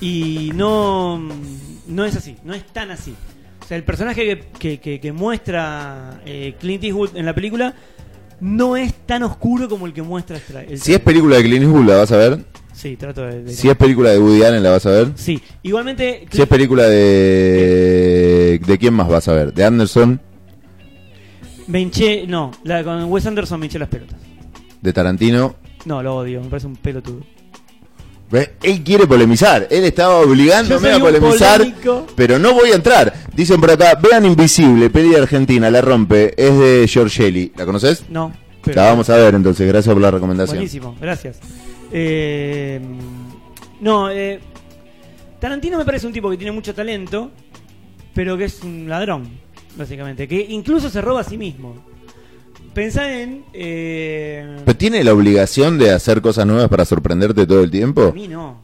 S1: Y no. mm, No es así. No es tan así. O sea, el personaje que, que- que- que muestra eh, Clint Eastwood en la película. No es tan oscuro como el que muestra el tra- el
S2: Si es
S1: trailer.
S2: película de Clint Eastwood, ¿la vas a ver?
S1: Sí, trato de. de-
S2: Si es película de Woody Allen, ¿la vas a ver?
S1: Sí. Igualmente.
S2: Si es película de... ¿De quién más vas a ver? ¿De Anderson?
S1: me hinché- No, la, con Wes Anderson me hinché las pelotas.
S2: ¿De Tarantino?
S1: No, lo odio. Me parece un pelotudo.
S2: Ve, Él quiere polemizar, él estaba obligándome
S1: Yo
S2: a
S1: soy un
S2: polemizar,
S1: polémico.
S2: pero no voy a entrar. Dicen por acá, vean Invisible, peli de Argentina, la rompe, es de Giorgelli. ¿La conoces?
S1: No.
S2: La vamos a ver entonces, gracias por la recomendación.
S1: Buenísimo, gracias. Eh, no, eh, Tarantino me parece un tipo que tiene mucho talento, pero que es un ladrón, básicamente. Que incluso se roba a sí mismo. Pensá en. eh,
S2: ¿Pero tiene la obligación de hacer cosas nuevas para sorprenderte todo el
S1: a
S2: tiempo?
S1: mí no.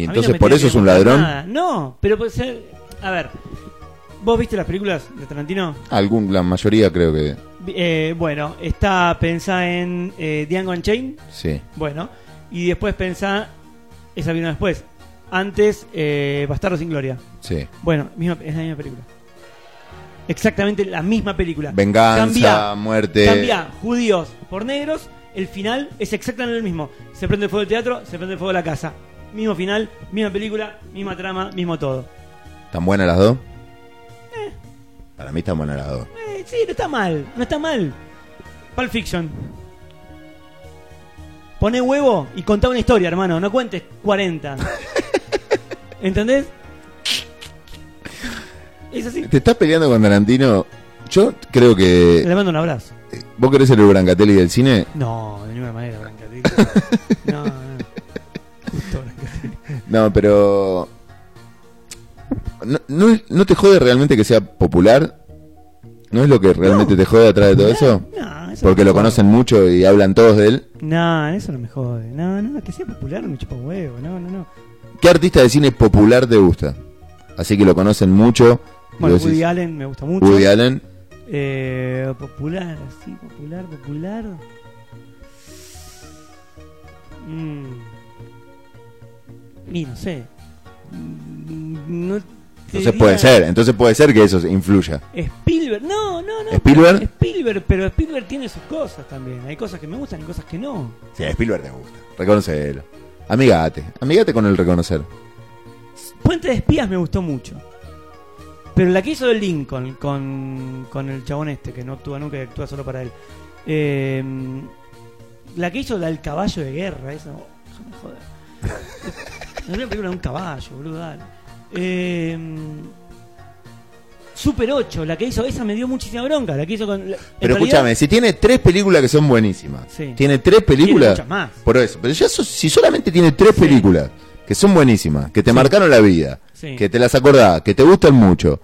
S1: A mí no
S2: entonces
S1: me
S2: por
S1: tiene
S2: eso
S1: que
S2: es un
S1: mostrar
S2: ladrón.
S1: nada. No, pero puede ser. A ver, ¿vos viste las películas de Tarantino?
S2: Algún, la mayoría creo que
S1: Eh, bueno, está pensá en eh, Django Unchained.
S2: sí.
S1: Bueno, y después pensá. Esa vino después. Antes, eh, Bastardo sin Gloria.
S2: Sí.
S1: Bueno, misma, es la misma película. Exactamente la misma película.
S2: Venganza,
S1: Cambiá,
S2: muerte.
S1: Cambia judíos por negros. El final es exactamente el mismo. Se prende fuego el teatro, se prende fuego la casa. Mismo final, misma película, misma trama, mismo todo.
S2: ¿Están buenas las dos? Eh. Para mí están buenas las dos.
S1: Eh, sí, no está mal, no está mal. Pulp Fiction. Poné huevo y contá una historia, hermano. No cuentes 40. ¿Entendés? Es así.
S2: Te estás peleando con Tarantino. Yo creo que
S1: Le mando un abrazo.
S2: vos querés ser el Brancatelli del cine.
S1: No, de ninguna manera, Branca. te digo. No, no. Justo, Branca.
S2: No, pero no, no, no te jode realmente que sea popular. ¿No es lo que realmente te jode atrás de todo eso?
S1: No, eso
S2: Porque
S1: no me
S2: lo
S1: jode.
S2: conocen mucho y hablan todos de él.
S1: No, eso no me jode. No, no, que sea popular no me chupa un huevo. No, no, no.
S2: ¿Qué artista de cine popular te gusta? Así que lo conocen mucho. y
S1: Bueno,
S2: vos decís,
S1: Woody Allen me gusta mucho.
S2: Woody Allen.
S1: Eh, popular, sí, popular, popular. Mm. Y no sé. Mm, No, te
S2: Entonces
S1: diría-
S2: puede ser, entonces puede ser que eso influya.
S1: Spielberg, no, no, no.
S2: ¿Spielberg?
S1: Spielberg, pero Spielberg tiene sus cosas también. Hay cosas que me gustan y cosas que no.
S2: Si a Spielberg te gusta, reconocelo. Amigate, amigate con el reconocer.
S1: Puente de Espías me gustó mucho. Pero la que hizo de Lincoln con, con el chabón este, que no actúa nunca y actúa solo para él. Eh, la que hizo la del caballo de guerra, esa. oh, déjame joder. Es una película de un caballo, boludo. dale. Eh, Super 8, la que hizo, esa me dio muchísima bronca. La que hizo con. la- en
S2: Pero
S1: realidad,
S2: escúchame, si tiene tres películas que son buenísimas,
S1: Sí.
S2: tiene tres películas.
S1: muchas más.
S2: Por eso, pero ya so- si solamente tiene tres películas que son buenísimas, que te marcaron la vida,
S1: Sí.
S2: que te las acordás, que te gustan mucho,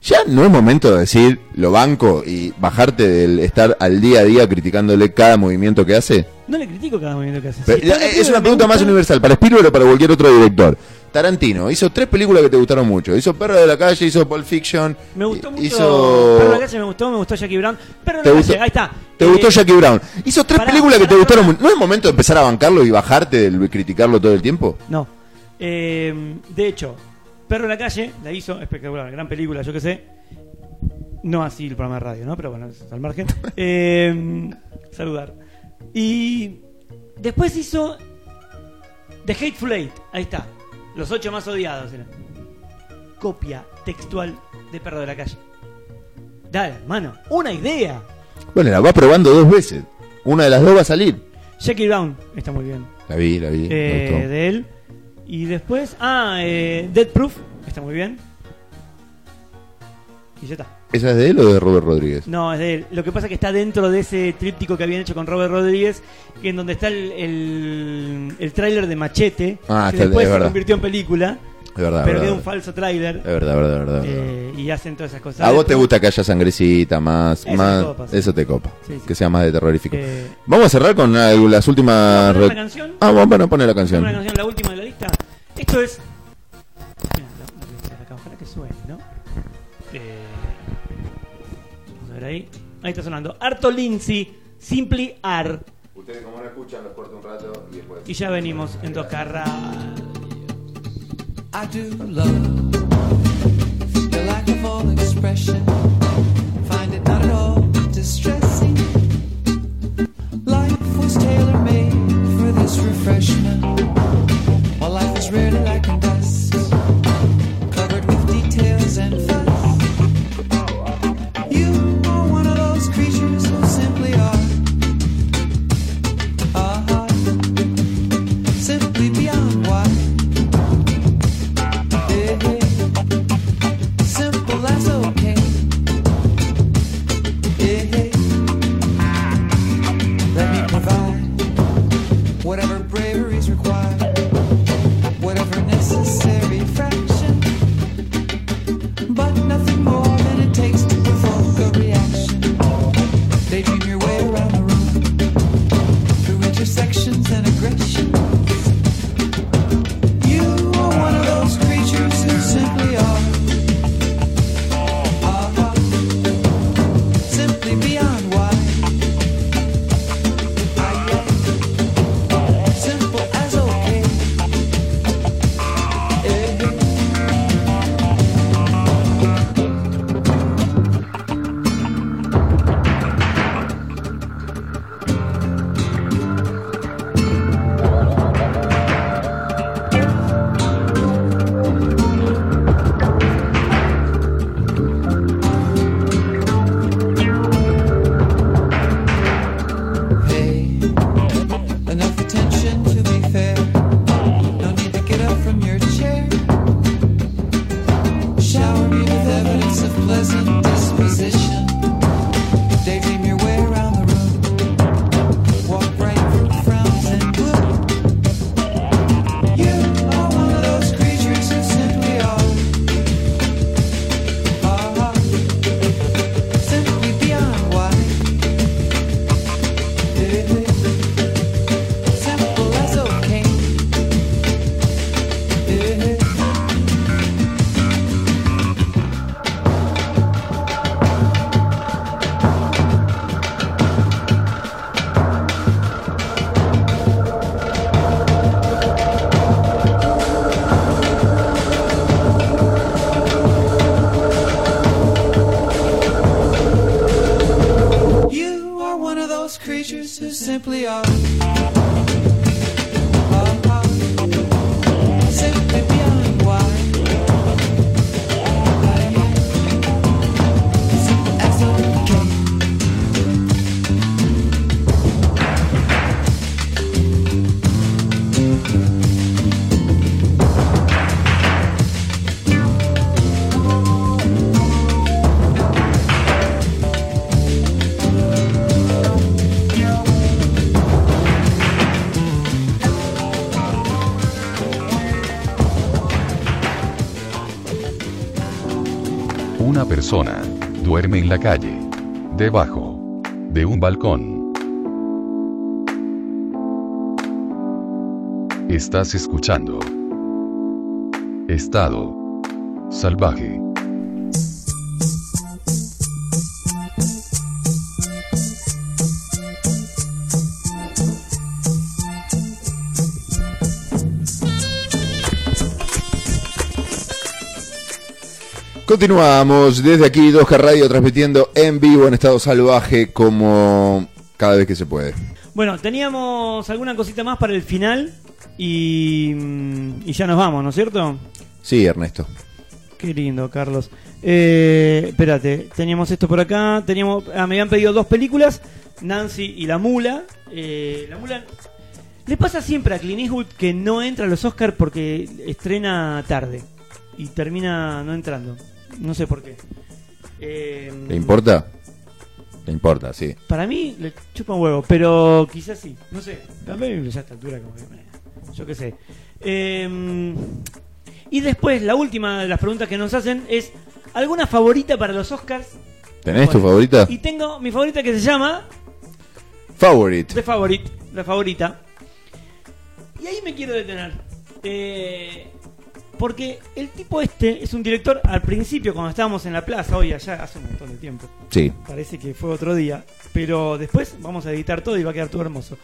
S2: ya no es momento de decir lo banco y bajarte del estar al día a día criticándole cada movimiento que hace.
S1: No le critico cada movimiento que hace.
S2: Pero
S1: Si
S2: la-
S1: está la
S2: es
S1: piba
S2: una
S1: que me
S2: pregunta más
S1: gusta,
S2: universal, para Spielberg o para cualquier otro director. Tarantino hizo tres películas que te gustaron mucho. Hizo Perro de la Calle, hizo Pulp Fiction.
S1: Me gustó mucho.
S2: hizo-
S1: Perro de la calle me gustó, me gustó Jackie Brown. Pero
S2: ¿Te
S1: la
S2: gustó?
S1: calle, ahí está.
S2: Te
S1: Eh,
S2: gustó Jackie Brown. Hizo tres
S1: pará,
S2: películas que
S1: pará,
S2: te gustaron
S1: pará.
S2: mucho. ¿No es momento de empezar a bancarlo y bajarte del- y criticarlo todo el tiempo?
S1: No. Eh, de hecho, Perro en la calle la hizo espectacular, gran película, yo qué sé. No así el programa de radio, ¿no? Pero bueno, es al margen. Eh, saludar. Y después hizo The Hateful Eight. Ahí está. Los ocho más odiados eran. Copia textual de Perro de la calle. Dale, hermano, una idea.
S2: Bueno, la va probando dos veces. Una de las dos va a salir.
S1: Jackie Brown está muy bien.
S2: La vi, la vi. me
S1: eh,
S2: gustó.
S1: de él. Y después, ah, eh, Dead Proof, está muy bien. Y ya está.
S2: ¿Esa es de él o de Robert Rodríguez?
S1: No, es de él. Lo que pasa es que está dentro de ese tríptico que habían hecho con Robert Rodríguez, que en donde está el, el, el tráiler de Machete,
S2: Ah,
S1: que
S2: está-
S1: después
S2: es
S1: se
S2: verdad.
S1: convirtió en película,
S2: Es verdad,
S1: pero
S2: verdad,
S1: queda un
S2: verdad.
S1: falso tráiler.
S2: Es verdad, verdad, verdad, verdad.
S1: eh, y hacen todas esas cosas.
S2: A vos te gusta que haya sangrecita, más,
S1: Eso
S2: más,
S1: te copa, sí.
S2: eso te copa,
S1: Sí, sí.
S2: que sea más de terrorífico.
S1: Eh,
S2: Vamos a cerrar con la- las
S1: ¿Vamos a
S2: últimas.
S1: poner
S2: re-
S1: la canción?
S2: Ah, vamos a poner la canción.
S1: una canción, la última de la lista. Esto es. Mirá, la- la voy a hacer acá, ojalá que suene, ¿no? Eh, Vamos a ver ahí. Ahí está sonando. Harto Lindsay, Simply Ar.
S2: Ustedes como no escuchan, los corto un rato y después.
S1: Y ya venimos en dos carras.
S7: I do love your lack of all expression. Find it not at all distressing. Life was tailor made for this refreshment. While life is rarely lacking dust, covered with details and fuss. You are one of those creatures who simply are. Are simply beyond what Daydream your way around the room through intersections and aggression. You are one of those creatures who simply are. Are. Simply beyond why. Simple as okay. Eh. Pay enough attention to be fair. No need to get up from your chair. Shower me with evidence of pleasant disposition. Daydream your way around the room. Walk right through frowns and gloom. You are one of those creatures who simply are. Are. Ah, Simply beyond why. Simple as okay. Yeah. You are one of those creatures who simply are. Are. Simply beyond why. Simple as okay.
S5: Una persona duerme en la calle, debajo de un balcón. Estás escuchando Estado Salvaje.
S8: Continuamos desde aquí, 2K Radio, transmitiendo en vivo en estado salvaje como cada vez que se puede.
S1: Bueno, teníamos alguna cosita más para el final y, mm, y ya nos vamos, ¿no es cierto?
S8: Sí, Ernesto.
S1: Qué lindo, Carlos. Eh, espérate, teníamos esto por acá. Teníamos, ah, me habían pedido dos películas: Nancy y La Mula. Eh, la Mula. Le pasa siempre a Clint Eastwood que no entra a los Oscars porque estrena tarde y termina no entrando. No sé por qué. Eh,
S8: ¿Le importa? Le importa, sí.
S1: Para mí le chupa un huevo, pero quizás sí. No sé. También ya a esta altura, como que me- yo qué sé. Eh, y después, la última de las preguntas que nos hacen es: ¿alguna favorita para los Oscars?
S8: ¿Tenés tu
S1: Bueno,
S8: favorita?
S1: Y tengo mi favorita que se llama
S8: Favorite.
S1: The Favorite, la favorita. Y ahí me quiero detener. Eh, porque el tipo este es un director, al principio cuando estábamos en la plaza, hoy allá hace un montón de tiempo,
S8: Sí.
S1: parece que fue otro día, pero después vamos a editar todo y va a quedar todo hermoso.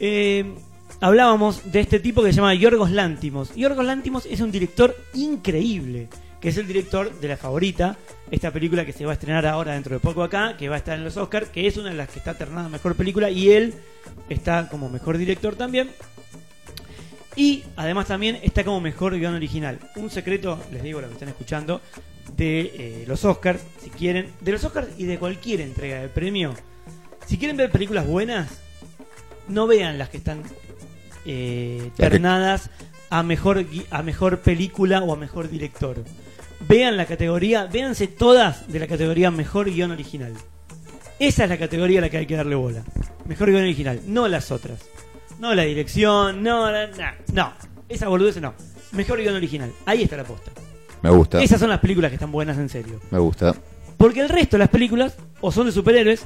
S1: Eh, hablábamos de este tipo que se llama Yorgos Lántimos. Yorgos Lántimos es un director increíble, que es el director de La Favorita, esta película que se va a estrenar ahora dentro de poco acá, que va a estar en los Oscars, que es una de las que está alternada a mejor película y él está como mejor director también. Y además también está como mejor guión original. Un secreto, les digo lo que están escuchando, de eh, los Oscars, si quieren, de los Oscars y de cualquier entrega de premio. Si quieren ver películas buenas, no vean las que están eh,
S8: La que-
S1: ternadas a mejor, gui- a mejor película o a mejor director. Vean la categoría, véanse todas de la categoría mejor guión original. Esa es la categoría a la que hay que darle bola. Mejor guión original, no las otras. No la dirección, no, la- na- no. Esa boludez no. Mejor guión original. Ahí está la posta.
S8: Me gusta.
S1: Esas son las películas que están buenas en serio.
S8: Me gusta.
S1: Porque el resto de las películas o son de superhéroes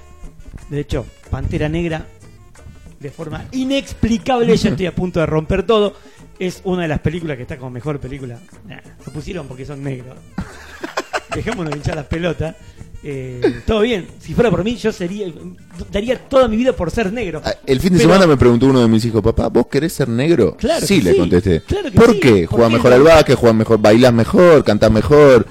S1: De hecho, Pantera Negra, de forma inexplicable, ya estoy a punto de romper todo. Es una de las películas que está con mejor película. Nah, lo pusieron porque son negros. Dejémonos de hinchar las pelotas. Eh, todo bien. Si fuera por mí, yo sería daría toda mi vida por ser negro.
S8: Ah, El fin de
S1: Pero-
S8: semana me preguntó uno de mis hijos, papá, ¿vos querés ser negro?
S1: Claro
S8: sí,
S1: que
S8: le
S1: sí,
S8: contesté.
S1: claro que
S8: ¿Por
S1: sí,
S8: qué?
S1: ¿por
S8: Jugás
S1: qué
S8: mejor
S1: no?
S8: al básquet, jugás mejor, bailás mejor, cantás mejor,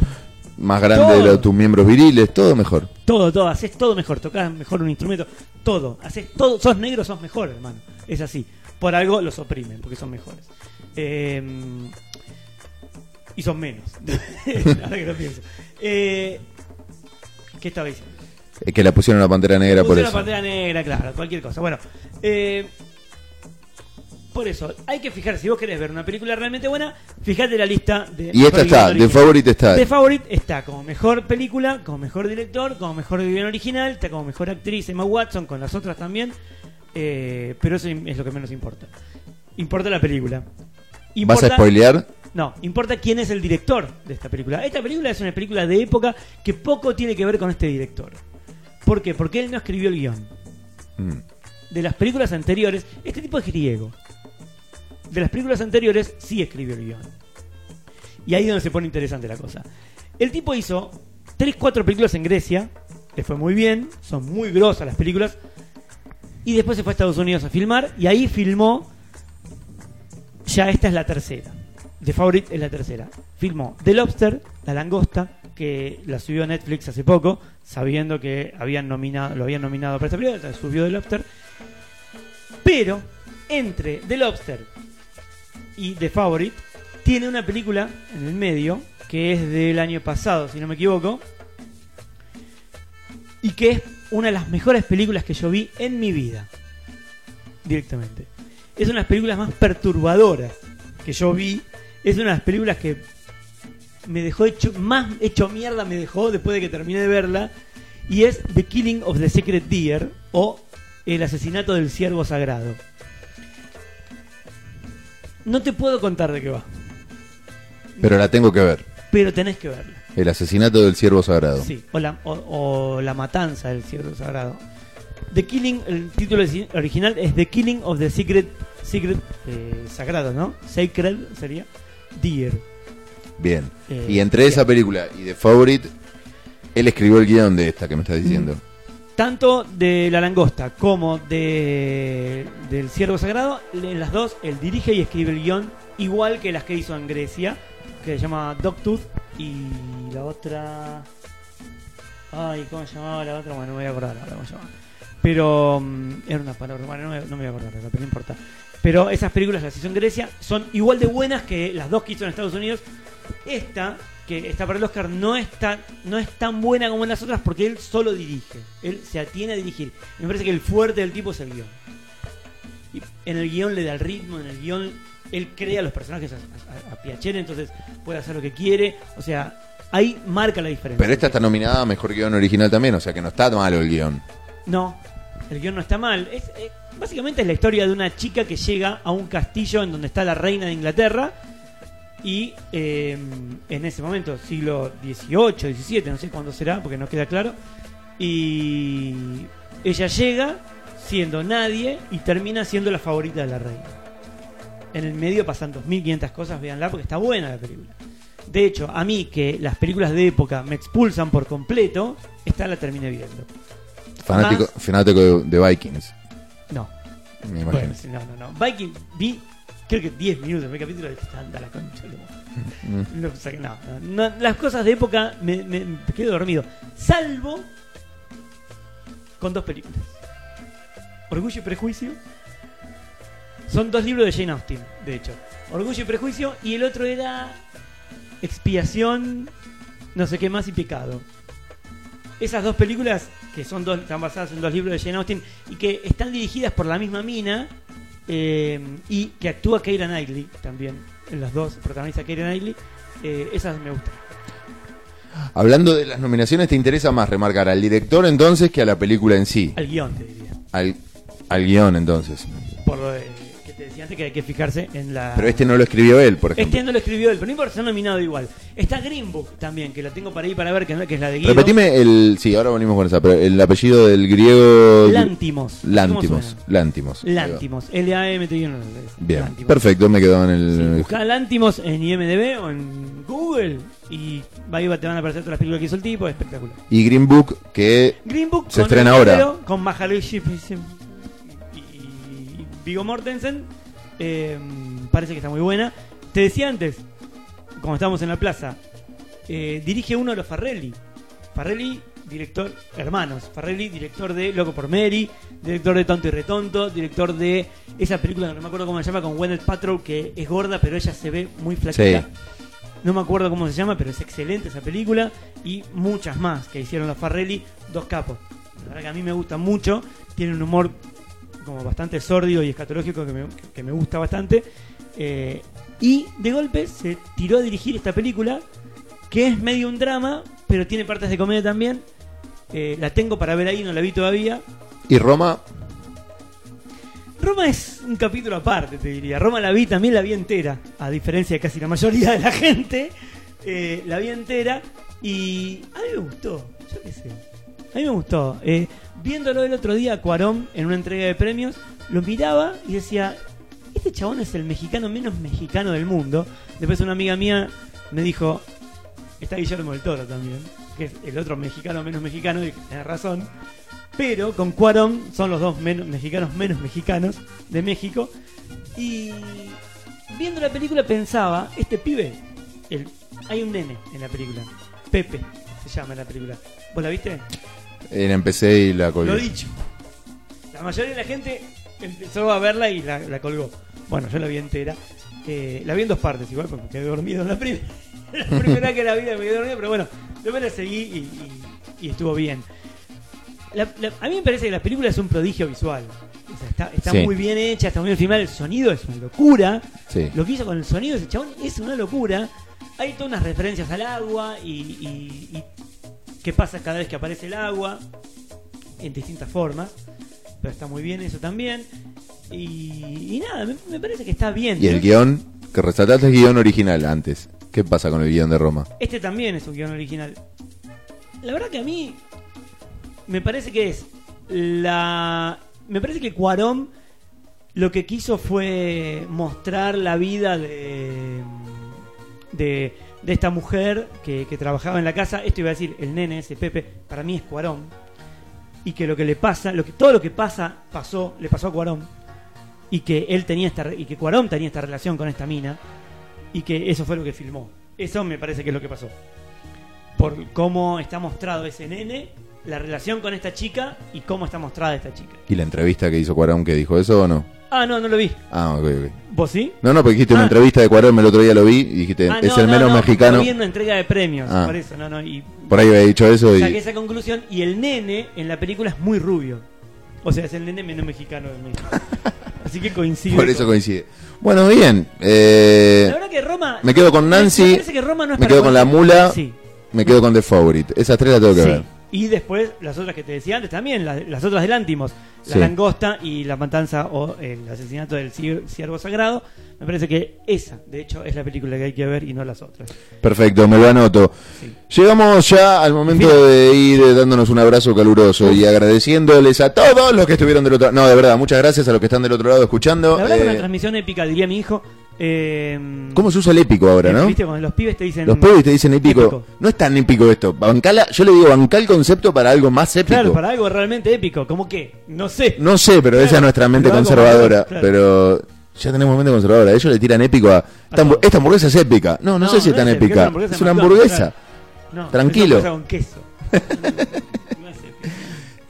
S8: más grande
S1: Todo.
S8: los- tus miembros viriles, todo mejor.
S1: Todo, todo, haces todo mejor, tocas mejor un instrumento, todo, haces todo, sos negro, sos mejor, hermano. Es así. Por algo los oprimen, porque son mejores. Eh, y son menos. Ahora que lo pienso. Eh, ¿Qué estaba diciendo?
S8: Es que la pusieron a Pantera Negra por
S1: Pusieron
S8: eso.
S1: la pantera negra, claro, cualquier cosa. Bueno, eh, por eso, hay que fijarse, si vos querés ver una película realmente buena, fijate la lista de...
S8: Y esta
S1: mejor
S8: está,
S1: guion
S8: de favorito está.
S1: The Favorite está como mejor película, como mejor director, como mejor guion original, está como mejor actriz Emma Watson, con las otras también. eh, pero eso es lo que menos importa. Importa la película.
S8: ¿Vas a
S1: Importa-
S8: spoilear?
S1: no, importa quién es el director de esta película. Esta película es una película de época que poco tiene que ver con este director. ¿Por qué? Porque él no escribió el guión.
S8: Mm.
S1: De las películas anteriores, este tipo es griego. De las películas anteriores sí escribió el guión. Y ahí es donde se pone interesante la cosa. El tipo hizo 3, 4 películas en Grecia, le fue muy bien, son muy grosas las películas. Y después se fue a Estados Unidos a filmar y ahí filmó ya esta es la tercera. The Favorite es la tercera. Filmó The Lobster, La Langosta, que la subió a Netflix hace poco, sabiendo que habían nominado, lo habían nominado para esta película, entonces subió The Lobster. Pero, entre The Lobster y The Favorite, tiene una película en el medio, que es del año pasado, si no me equivoco, y que es una de las mejores películas que yo vi en mi vida. Directamente es una de las películas más perturbadoras que yo vi. Es una de las películas que me dejó hecho, más hecho mierda me dejó después de que terminé de verla. Y es The Killing of the Sacred Deer o El asesinato del ciervo sagrado. No te puedo contar de qué va,
S8: Pero la tengo que ver.
S1: pero tenés que verla.
S8: El asesinato del ciervo sagrado.
S1: Sí, o la, o- o la matanza del ciervo sagrado. The Killing, el título origi- original es The Killing of the Secret, Secret eh, Sagrado, ¿no? Sacred sería Deer.
S8: Bien.
S1: Eh,
S8: Y entre esa
S1: bien.
S8: película y The Favorite, él escribió el guión de esta que me estás diciendo.
S1: Mm. Tanto de la langosta como de del ciervo sagrado, en las dos él dirige y escribe el guión, igual que las que hizo en Grecia, que se llama Dogtooth y la otra... Ay, ¿cómo se llamaba la otra? Bueno, no me voy a acordar ahora cómo se llamaba. Pero mm, era una palabra, bueno, no me, no me voy a acordar ahora, pero no importa. Pero esas películas las hizo en Grecia son igual de buenas que las dos que hizo en Estados Unidos. Esta, que está para el Oscar, no es, tan, no es tan buena como las otras porque él solo dirige. Él se atiene a dirigir. Me parece que el fuerte del tipo es el guión. Y en el guión le da el ritmo, en el guión él crea los personajes a, a- a Piacere, entonces puede hacer lo que quiere. O sea, ahí marca la diferencia.
S8: Pero esta está nominada a mejor guión original también, o sea que no está malo el guión.
S1: No, el guión no está mal. Es, eh, básicamente es la historia de una chica que llega a un castillo en donde está la reina de Inglaterra y eh, en ese momento, siglo XVIII, XVII, no sé cuándo será, porque no queda claro, y ella llega siendo nadie y termina siendo la favorita de la reina. En el medio pasan 2.500 cosas, véanla, porque está buena la película. De hecho, a mí que las películas de época me expulsan por completo, esta la terminé viendo.
S8: Fanático, fanático de, de Vikings,
S1: No,
S8: me imagino.
S1: Bueno, sí, no, no, no. Viking vi, creo que 10 minutos en el capítulo y dije, anda la concha. de la madre". No, o sea, no, no, no, las cosas de época me, me- me quedo dormido. Salvo con dos películas. Orgullo y Prejuicio. Son dos libros de Jane Austen, de hecho. Orgullo y Prejuicio y el otro era Expiación, no sé qué más y Pecado. Esas dos películas, que son dos, están basadas en dos libros de Jane Austen y que están dirigidas por la misma mina eh, y que actúa Keira Knightley también, en las dos protagoniza Keira Knightley, eh, esas me gustan.
S8: Hablando de las nominaciones, ¿te interesa más remarcar al director entonces que a la película en sí?
S1: Al guión, te diría.
S8: Al, al guión entonces.
S1: Ah. Por lo de- que te decía impresionante que hay que fijarse en la.
S2: Pero este no lo escribió él, por ejemplo.
S1: Este no lo escribió él, pero no importa, está nominado igual. Está Green Book también, que la tengo para ahí para ver, que, no- que es la de Guido.
S2: Repetime el. Sí, ahora venimos con esa, pero el apellido del griego.
S1: Lántimos.
S2: Lántimos.
S1: ¿Cómo suena?
S2: Lántimos. Ahí va.
S1: Lántimos. L-A-M-T-I-O-N.
S2: Bien,
S1: Lántimos.
S2: perfecto, me quedó en
S1: Sí,
S2: el.
S1: buscá Lántimos en IMDB o en Google y ahí va- te van a aparecer todas las películas que hizo el tipo, espectacular.
S2: y Green Book, que.
S1: Green Book
S2: Se estrena ahora.
S1: Romero, con Mahalu y, y Vigo Mortensen. eh, parece que está muy buena. Te decía antes, cuando estábamos en la plaza, eh, dirige uno de los Farrelly. Farrelly, director, hermanos. Farrelly, director de Loco por Mary, director de Tonto y Retonto, director de esa película que no me acuerdo cómo se llama, con Gwyneth Paltrow, que es gorda, pero ella se ve muy flaquita.
S2: Sí.
S1: No me acuerdo cómo se llama, pero es excelente esa película. Y muchas más que hicieron los Farrelly, dos capos. La verdad que a mí me gusta mucho. Tiene un humor como bastante sórdido y escatológico que me, que me gusta bastante. Eh, y de golpe se tiró a dirigir esta película, que es medio un drama, pero tiene partes de comedia también. Eh, la tengo para ver ahí, no la vi todavía.
S2: Y Roma,
S1: Roma es un capítulo aparte, te diría. Roma la vi, también la vi entera, a diferencia de casi la mayoría de la gente. Eh, la vi entera y a mí me gustó, yo qué sé. A mí me gustó. Eh, viéndolo el otro día a Cuarón en una entrega de premios, lo miraba y decía, este chabón es el mexicano menos mexicano del mundo. Después una amiga mía me dijo, está Guillermo del Toro también, que es el otro mexicano menos mexicano, y tenés razón. Pero con Cuarón son los dos menos, mexicanos menos mexicanos de México. Y viendo la película pensaba, este pibe, el- hay un nene en la película, Pepe se llama en la película. ¿Vos la viste?
S2: eh, la empecé y la
S1: Lo
S2: colgué.
S1: dicho. La mayoría de la gente empezó a verla y la, la colgó. Bueno, yo la vi entera. Eh, la vi en dos partes, igual, porque me quedé dormido en la primera. la primera que la vi, me quedé dormido, pero bueno, después la seguí y, y- y estuvo bien. La- la- a mí me parece que la película es un prodigio visual. O sea, está está
S2: Sí.
S1: muy bien hecha, está muy bien filmada. El sonido es una locura.
S2: Sí.
S1: Lo que hizo con el sonido de ese chabón es una locura. Hay todas unas referencias al agua y, y- y qué pasa cada vez que aparece el agua en distintas formas. Pero está muy bien eso también. Y, y nada, me, me parece que está bien.
S2: Y el guión, que resaltaste el guión original antes. ¿Qué pasa con el guión de Roma?
S1: Este también es un guión original. La verdad que a mí me parece que es la... Me parece que Cuarón lo que quiso fue mostrar la vida de... de, de esta mujer que, que trabajaba en la casa. Esto iba a decir, el nene, ese Pepe, para mí es Cuarón. Y que lo que le pasa, lo que, todo lo que pasa, pasó, le pasó a Cuarón. Y que él tenía esta, re- y que Cuarón tenía esta relación con esta mina y que eso fue lo que filmó. Eso me parece que es lo que pasó. Por cómo está mostrado ese nene, la relación con esta chica y cómo está mostrada esta chica.
S2: ¿Y la entrevista que hizo Cuarón que dijo eso o no?
S1: Ah, no, no lo vi.
S2: Ah, ok, ok.
S1: ¿Vos sí?
S2: No, no, porque dijiste una
S1: Ah.
S2: entrevista de Cuarón, el otro día lo vi y dijiste,
S1: Ah,
S2: es
S1: no,
S2: el
S1: no,
S2: menos
S1: no,
S2: mexicano.
S1: lo vi en una entrega de premios,
S2: Ah.
S1: por eso, no, no. Y
S2: Por ahí había dicho eso y.
S1: saqué esa conclusión y el nene en la película es muy rubio. O sea, es el nene menos mexicano de México. Así que coincide.
S2: Por eso
S1: con-
S2: coincide. Bueno, bien.
S1: La
S2: Eh,
S1: verdad que Roma.
S2: me quedo con Nancy,
S1: Me parece que Roma no es
S2: me
S1: para
S2: quedo con La
S1: cualquiera.
S2: Mula.
S1: Sí.
S2: me quedo con The Favorite. Esas tres las tengo que
S1: Sí.
S2: ver.
S1: Y después las otras que te decía antes también, las, las otras del Antimos, la
S2: Sí.
S1: langosta y la matanza o el asesinato del cier- ciervo sagrado. Me parece que esa, de hecho, es la película que hay que ver y no las otras.
S2: Perfecto, me lo anoto.
S1: Sí.
S2: Llegamos ya al momento
S1: Bien.
S2: de ir eh, dándonos un abrazo caluroso y agradeciéndoles a todos los que estuvieron del otro lado. No, de verdad, muchas gracias a los que están del otro lado escuchando.
S1: La verdad que
S2: Eh,
S1: una transmisión épica, diría mi hijo. Eh,
S2: ¿Cómo se usa el épico ahora, no?
S1: Viste, cuando los pibes te dicen...
S2: Los pibes te dicen épico.
S1: Épico.
S2: No es tan épico esto. Bancala, yo le digo bancar el concepto para algo más épico.
S1: Claro, para algo realmente épico, ¿cómo qué? No sé.
S2: No sé, pero esa es nuestra mente
S1: Pero algo
S2: conservadora.
S1: más, claro.
S2: Pero ya tenemos mente conservadora. Ellos le tiran épico a. "Esta hambu-
S1: todo.
S2: esta hamburguesa es épica. No, no, sé si es tan
S1: épica,
S2: épica. Es una hamburguesa.
S1: No,
S2: Tranquilo.
S1: es una hamburguesa con queso. No es épico.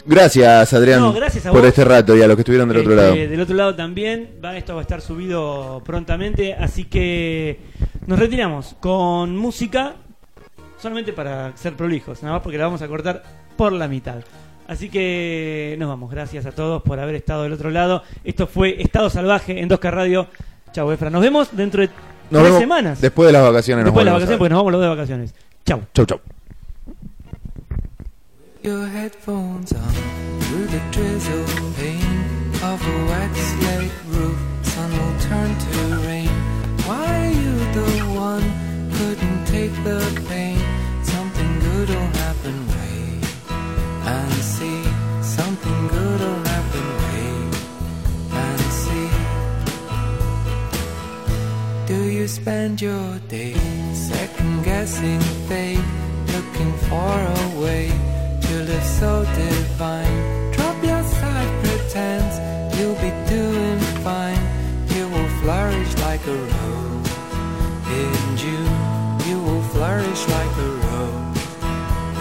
S2: Gracias, Adrián,
S1: No, gracias a
S2: por
S1: vos.
S2: este rato y a los que estuvieron del otro
S1: Este,
S2: lado.
S1: Del otro lado también, va, esto va a estar subido prontamente, así que nos retiramos con música, solamente para ser prolijos, nada más porque la vamos a cortar por la mitad. Así que nos vamos, gracias a todos por haber estado del otro lado. Esto fue Estado Salvaje en 2K Radio. Chau, Efra. Nos vemos dentro de
S2: Nos
S1: tres
S2: vemos
S1: semanas.
S2: Después de las vacaciones. nos
S1: Después de las
S2: volvemos a
S1: vacaciones,
S2: ver.
S1: porque nos vamos los dos de vacaciones. Chau.
S2: Chau, chau.
S7: Your headphones on through the drizzle, pain of a white slate roof. Sun will spend your days second guessing fate, looking for a way to live so divine. Drop your side pretense, you'll be doing fine. You will flourish like a rose in June. You will flourish like a rose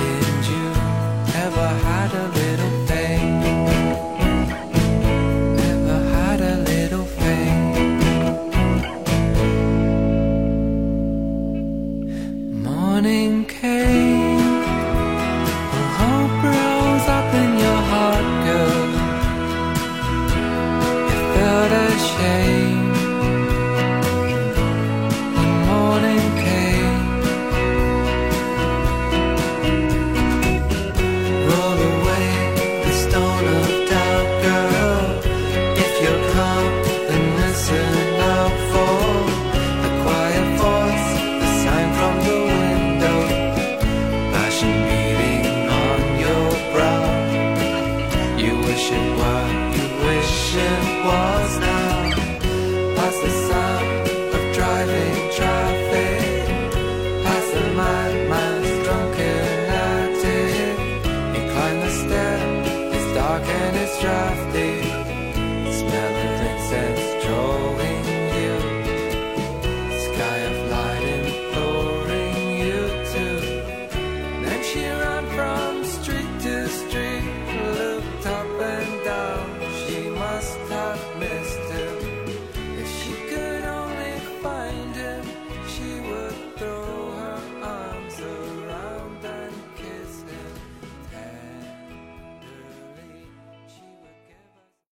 S7: in June. Ever had a little pain? Ever had a little pain? Morning came. and Hope rose up in your heart, girl. You felt ashamed. The morning came. Roll away the stone of doubt, girl. If you'll come and listen out for the quiet voice, the sign from the window, passion beating on your brow. You wish it were, you wish it was now. Past the sound of driving traffic, past the madman's drunken attic. You climb the stair, it's dark and it's drafty. Smell of incense, draw